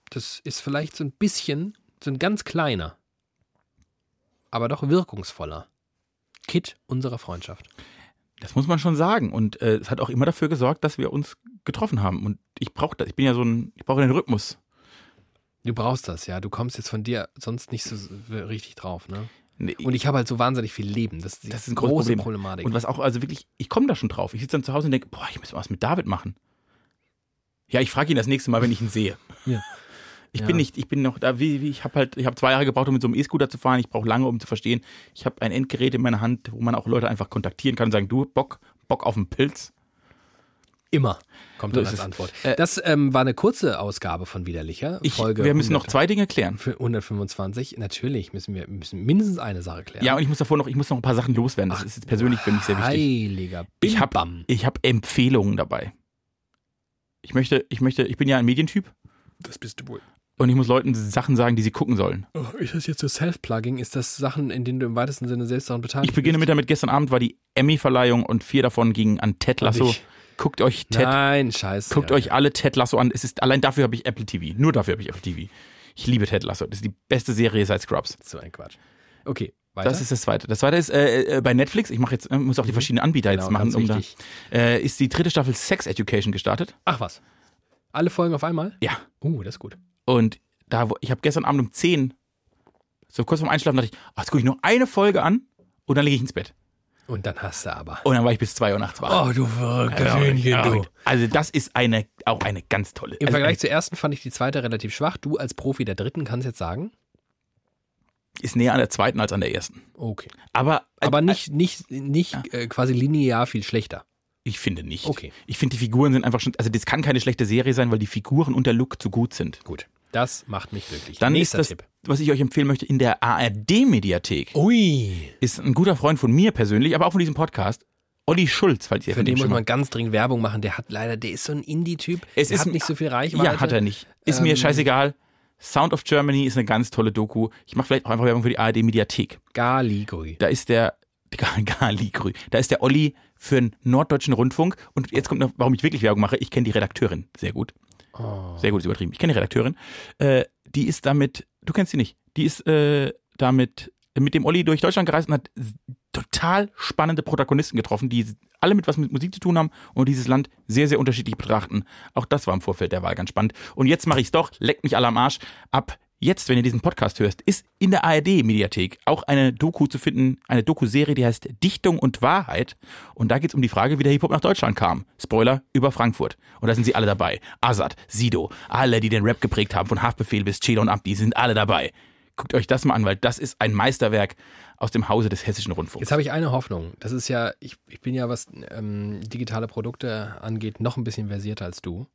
B: das ist vielleicht so ein bisschen, so ein ganz kleiner, aber doch wirkungsvoller Kit unserer Freundschaft.
A: Das muss man schon sagen. Und äh, es hat auch immer dafür gesorgt, dass wir uns getroffen haben. Und ich brauche das. Ich bin ja so ein, ich brauche den Rhythmus.
B: Du brauchst das, ja. Du kommst jetzt von dir sonst nicht so richtig drauf, ne?
A: Nee,
B: Und ich habe halt so wahnsinnig viel Leben. Das ist, die
A: das ist ein
B: große
A: großes Problem.
B: Problematik.
A: Und was auch, also wirklich, ich komme da schon drauf. Ich sitze dann zu Hause und denke, boah, ich muss mal was mit David machen. Ja, ich frage ihn das nächste Mal, wenn ich ihn sehe.
B: Ja.
A: Ich
B: Ja.
A: bin nicht, ich bin noch da, wie, wie ich habe halt, ich habe zwei Jahre gebraucht, um mit so einem E-Scooter zu fahren. Ich brauche lange, um zu verstehen. Ich habe ein Endgerät in meiner Hand, wo man auch Leute einfach kontaktieren kann und sagen, du, Bock, Bock auf einen Pilz.
B: Immer. Kommt
A: So
B: dann
A: ist
B: als
A: es.
B: Antwort.
A: Äh,
B: das ähm, war eine kurze Ausgabe von Widerlicher.
A: Ich,
B: Folge
A: wir müssen noch
B: 100
A: zwei Dinge klären.
B: für 125. Natürlich müssen wir müssen mindestens eine Sache klären.
A: Ja, und ich muss davor noch, ich muss noch ein paar Sachen loswerden. Das ist jetzt persönlich für mich sehr wichtig.
B: Heiliger
A: Ich habe
B: Bimbam.
A: ich hab Empfehlungen dabei. Ich möchte, ich möchte, ich bin ja ein Medientyp
B: Das bist du wohl.
A: und ich muss Leuten Sachen sagen, die sie gucken sollen.
B: Oh, ist das jetzt so Self-Plugging? Ist das Sachen, in denen du im weitesten Sinne selbst daran beteiligt
A: Ich beginne
B: bist?
A: mit damit, gestern Abend war die Emmy-Verleihung und vier davon gingen an Ted Lasso.
B: ich.
A: Guckt euch Ted,
B: Nein, scheiße.
A: guckt
B: ja.
A: euch alle Ted Lasso an. Es ist, allein dafür habe ich Apple TV. Nur dafür habe ich Apple TV. Ich liebe Ted Lasso. Das ist die beste Serie seit Scrubs.
B: So ein Quatsch. Okay, weiter.
A: Das ist das zweite. Das zweite ist äh, äh, bei Netflix, ich mache jetzt, äh, muss auch die verschiedenen Anbieter
B: Genau,
A: jetzt machen,
B: ganz
A: um da,
B: wichtig.
A: äh, ist die dritte Staffel Sex Education gestartet.
B: Ach was. Alle Folgen auf einmal?
A: Ja.
B: Uh, das ist gut.
A: Und da, wo- ich habe gestern Abend um 10, so kurz vorm Einschlafen, dachte ich, ach, jetzt gucke ich nur eine Folge an und dann lege ich ins Bett.
B: Und dann hast du aber.
A: Und dann war ich bis 2 Uhr nachts wach.
B: Oh, du
A: Ja,
B: Würgenchen,
A: ja,
B: du.
A: und- Also das ist eine, auch eine ganz tolle.
B: Im
A: also
B: Vergleich zur ersten fand ich die zweite relativ schwach. Du als Profi der dritten kannst jetzt sagen.
A: Ist näher an der zweiten als an der ersten.
B: Okay.
A: Aber, äh,
B: Aber nicht, nicht, nicht äh, quasi linear viel schlechter.
A: ich finde nicht.
B: Okay.
A: Ich finde, die Figuren sind einfach schon, also das kann keine schlechte Serie sein, weil die Figuren und der Look zu gut sind.
B: Gut. Das macht mich glücklich.
A: Dann
B: Nächster
A: ist das,
B: Tipp. Oh.
A: was ich euch empfehlen möchte, in der ARD-Mediathek
B: Ui.
A: ist ein guter Freund von mir persönlich, aber auch von diesem Podcast, Olli Schulz, falls ihr
B: Für
A: von dem
B: den muss
A: schon mal...
B: man ganz dringend Werbung machen. Der hat leider, der ist so ein Indie-Typ.
A: Es
B: der
A: ist
B: hat
A: ein-
B: nicht so viel Reichweite.
A: Ja, hat er nicht. Ist
B: Ähm,
A: mir scheißegal. Sound of Germany ist eine ganz tolle Doku. Ich mache vielleicht auch einfach Werbung für die ARD-Mediathek.
B: Galigui.
A: Da ist der... Galigrü. Da ist der Olli für den Norddeutschen Rundfunk. Und jetzt kommt noch, warum ich wirklich Werbung mache. Ich kenne die Redakteurin sehr gut.
B: Oh.
A: Sehr gut ist übertrieben. Ich kenne die Redakteurin. Äh, die ist damit, du kennst sie nicht, die ist äh, damit mit dem Olli durch Deutschland gereist und hat s- total spannende Protagonisten getroffen, die alle mit was mit Musik zu tun haben und dieses Land sehr, sehr unterschiedlich betrachten. Auch das war im Vorfeld der Wahl ganz spannend. Und jetzt mache ich es doch, leckt mich alle am Arsch. Ab jetzt, wenn ihr diesen Podcast hört, ist in der ARD-Mediathek auch eine Doku zu finden, eine Doku-Serie, die heißt Dichtung und Wahrheit. Und da geht es um die Frage, wie der Hip-Hop nach Deutschland kam. Spoiler, über Frankfurt. Und da sind sie alle dabei. Azad, Sido, alle, die den Rap geprägt haben, von Haftbefehl bis Chelo und Abdi, sind alle dabei. Guckt euch das mal an, weil das ist ein Meisterwerk aus dem Hause des Hessischen Rundfunks.
B: Jetzt habe ich eine Hoffnung. Das ist ja, ich, ich bin ja, was ähm, digitale Produkte angeht, noch ein bisschen versierter als du.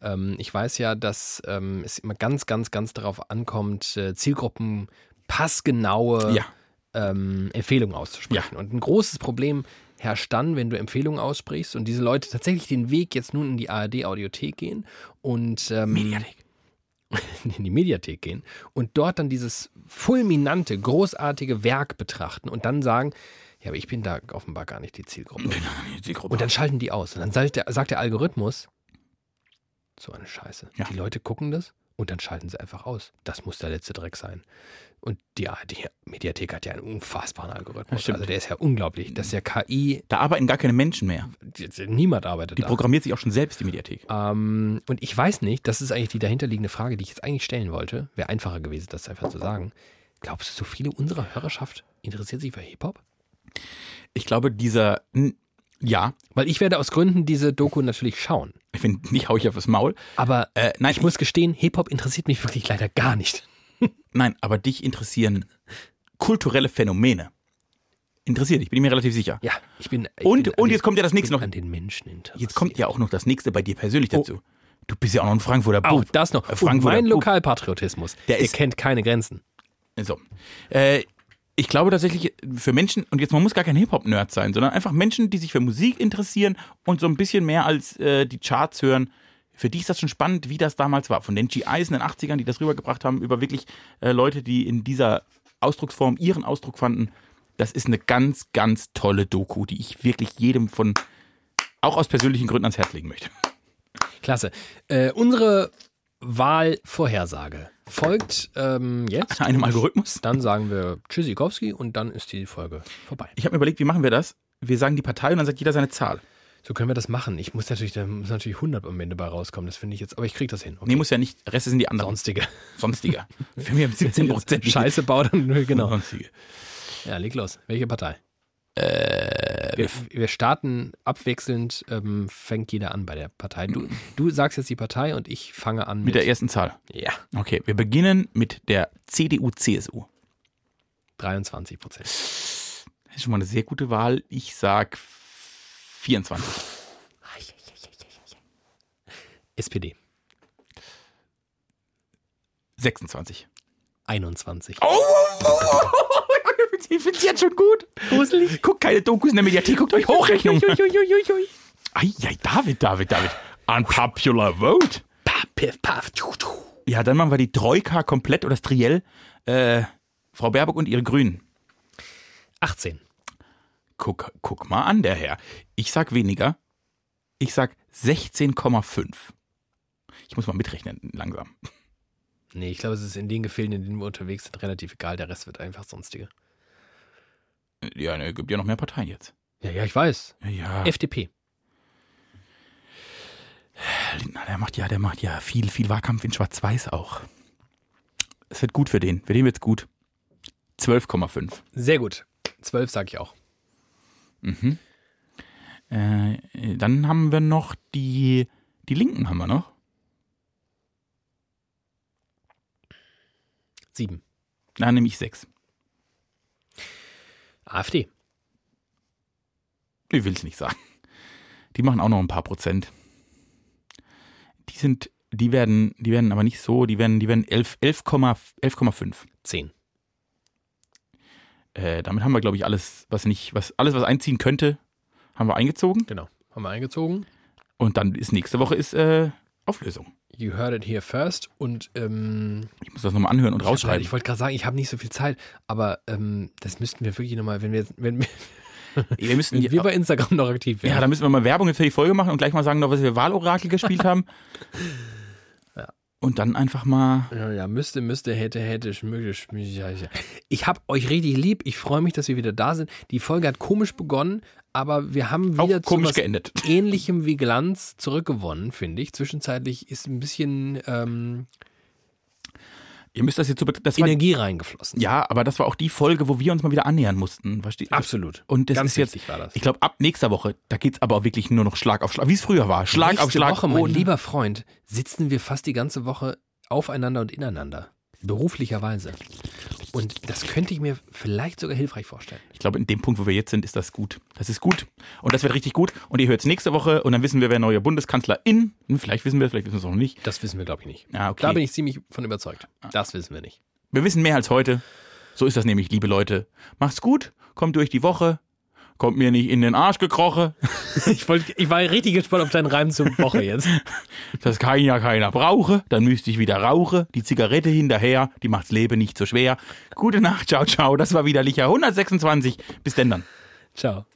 B: Ähm, ich weiß ja, dass ähm, es immer ganz, ganz, ganz darauf ankommt, äh, Zielgruppen passgenaue
A: Ja.
B: ähm, Empfehlungen auszusprechen. Und ein großes Problem herrscht dann, wenn du Empfehlungen aussprichst und diese Leute tatsächlich den Weg jetzt nun in die ARD-Audiothek gehen und ähm,
A: Mediathek.
B: in die Mediathek gehen und dort dann dieses fulminante, großartige Werk betrachten und dann sagen, ja, aber ich bin da offenbar gar nicht die Zielgruppe. Und dann schalten die aus. Und dann sagt der, sagt der Algorithmus, so eine Scheiße.
A: Ja.
B: Die Leute gucken das und dann schalten sie einfach aus. Das muss der letzte Dreck sein. Und die ARD-Mediathek hat ja einen unfassbaren
A: Das
B: Algorithmus.
A: stimmt.
B: Also der ist ja unglaublich. Das ist ja KI,
A: da arbeiten gar keine Menschen mehr.
B: niemand arbeitet
A: Die
B: da.
A: programmiert sich auch schon selbst, die Mediathek.
B: Ähm, und ich weiß nicht, das ist eigentlich die dahinterliegende Frage, die ich jetzt eigentlich stellen wollte. Wäre einfacher gewesen, das einfach zu sagen. Glaubst du, so viele unserer Hörerschaft interessiert sich für Hip-Hop?
A: Ich glaube, dieser, n- ja,
B: Weil ich werde aus Gründen diese Doku natürlich schauen.
A: ich finde, nicht hau ich auf das Maul.
B: Aber
A: Äh, nein,
B: ich muss gestehen, Hip-Hop interessiert mich wirklich leider gar nicht.
A: Nein, aber dich interessieren kulturelle Phänomene. Interessiert dich, bin ich mir relativ sicher.
B: Ja, ich bin. Ich bin
A: und
B: an
A: und
B: den-
A: jetzt kommt ja das
B: bin
A: nächste noch.
B: an den Menschen interessiert.
A: Jetzt kommt ja auch noch das nächste bei dir persönlich dazu. Du bist ja auch noch ein Frankfurter
B: Oh. auch
A: Bub.
B: das noch.
A: Äh,
B: Und
A: Frankfurter
B: mein
A: Bub.
B: Lokalpatriotismus, der,
A: ist-
B: kennt keine Grenzen.
A: So. Äh, ich glaube tatsächlich, für Menschen, und jetzt man muss gar kein Hip-Hop-Nerd sein, sondern einfach Menschen, die sich für Musik interessieren und so ein bisschen mehr als äh, die Charts hören, für die ist das schon spannend, wie das damals war. Von den GIs in den 80ern, die das rübergebracht haben, über wirklich äh, Leute, die in dieser Ausdrucksform ihren Ausdruck fanden. Das ist eine ganz, ganz tolle Doku, die ich wirklich jedem von, auch aus persönlichen Gründen, ans Herz legen möchte.
B: Klasse. Äh, unsere Wahlvorhersage folgt ähm, jetzt.
A: Einem Algorithmus.
B: Dann sagen wir Tschüssikowski und dann ist die Folge vorbei.
A: Ich habe mir überlegt, wie machen wir das? Wir sagen die Partei und dann sagt jeder seine Zahl.
B: So können wir das machen. Ich muss natürlich, da muss natürlich 100 am Ende bei rauskommen. Das finde ich jetzt, aber ich kriege das hin. Okay.
A: Nee, muss ja nicht. Reste sind die anderen.
B: Sonstige.
A: Sonstiger. Wenn wir haben 17 Prozent.
B: Scheiße baut dann, genau.
A: Sonstige.
B: Ja, leg los. Welche Partei?
A: Äh,
B: wir, wir starten abwechselnd, ähm, fängt jeder an bei der Partei. Du, du sagst jetzt die Partei und ich fange an mit,
A: Mit der ersten Zahl.
B: ja,
A: Okay, wir beginnen mit der CDU-CSU.
B: 23 Prozent.
A: Das ist schon mal eine sehr gute Wahl. Ich sag 24.
B: SPD.
A: 26.
B: 21.
A: Oh, oh, oh, oh. Ich finde jetzt schon gut.
B: Gruselig.
A: Guckt keine Dokus in der Mediathek, guckt euch Hochrechnung. Ei, ei, David, David, David. Unpopular vote.
B: Paff, piff, paff. tschu, tschu.
A: Ja, dann machen wir die Troika komplett oder das Triell. Äh, Frau Baerbock und ihre Grünen.
B: 18.
A: Guck, guck mal an, der Herr. Ich sag weniger. Ich sag 16,5. Ich muss mal mitrechnen, langsam.
B: Nee, ich glaube, es ist in den Gefilden, in denen wir unterwegs sind, relativ egal. Der Rest wird einfach sonstige.
A: Ja, ne, gibt ja noch mehr Parteien jetzt.
B: Ja, ja, ich weiß.
A: Ja,
B: FDP.
A: Lindner, der macht ja, der macht ja viel, viel Wahlkampf in Schwarz-Weiß auch. Es wird gut für den. Für den wird's gut. 12,5.
B: Sehr gut. 12 sage ich auch.
A: Mhm. Äh, dann haben wir noch die, die Linken haben wir noch.
B: 7.
A: Da nehme ich 6.
B: AfD.
A: Ich will es nicht sagen. Die machen auch noch ein paar Prozent. Die sind, die werden, die werden aber nicht so, die werden, die werden 11, 11,5. 11,5.
B: 10.
A: äh, damit haben wir, glaube ich, alles, was nicht, was, alles, was einziehen könnte, haben wir eingezogen.
B: Genau. Haben wir eingezogen.
A: Und dann ist nächste Woche ist äh, Auflösung.
B: You heard it here first. Und ähm,
A: Ich muss das nochmal anhören und rausschreiben.
B: ich wollte gerade sagen, ich habe nicht so viel Zeit, aber ähm, das müssten wir wirklich nochmal, wenn wir, wenn wir,
A: wir müssen
B: wenn
A: die,
B: wir bei Instagram noch aktiv
A: ja,
B: werden.
A: da müssen wir mal Werbung für die Folge machen und gleich mal sagen, noch, was wir Wahlorakel gespielt haben. Und dann einfach mal.
B: Ja, ja, müsste, müsste, hätte, hätte, schmücke, schmücke. Ja, ja. Ich hab euch richtig lieb. Ich freue mich, dass wir wieder da sind. Die Folge hat komisch begonnen, aber wir haben
A: Auch
B: wieder zu
A: komisch
B: was
A: geendet.
B: Ähnlichem wie Glanz zurückgewonnen, finde ich. Zwischenzeitlich ist ein bisschen ähm,
A: Ihr müsst das jetzt so. be- Das war,
B: Energie reingeflossen.
A: ja, aber das war auch die Folge, wo wir uns mal wieder annähern mussten. Versteht?
B: Absolut.
A: Und das
B: Ganz
A: ist jetzt,
B: wichtig war das.
A: ich glaube, ab nächster Woche, da geht's aber auch wirklich nur noch Schlag auf Schlag, wie es früher war. Schlag auf
B: Nächste
A: Schlag.
B: Woche, mein
A: ohne-
B: lieber Freund, sitzen wir fast die ganze Woche aufeinander und ineinander. Beruflicherweise. Und das könnte ich mir vielleicht sogar hilfreich vorstellen.
A: Ich glaube, in dem Punkt, wo wir jetzt sind, ist das gut. Das ist gut. Und das wird richtig gut. Und ihr hört es nächste Woche und dann wissen wir, wer neuer Bundeskanzler in. Hm, Vielleicht wissen wir es, vielleicht wissen wir es noch nicht.
B: Das wissen wir, glaube ich, nicht.
A: Ja, okay.
B: Da bin ich ziemlich von überzeugt. Das wissen wir nicht.
A: Wir wissen mehr als heute. So ist das nämlich, liebe Leute. Macht's gut, kommt durch die Woche, kommt mir nicht in den Arsch gekroche.
B: Ich, wollt, ich war richtig gespannt auf deinen Reim zur Woche jetzt.
A: Das kann ja keiner brauche. Dann müsste ich wieder rauche. Die Zigarette hinterher, die macht's Leben nicht so schwer. Gute Nacht, ciao, ciao. Das war widerlicher 126. Bis denn dann.
B: Ciao.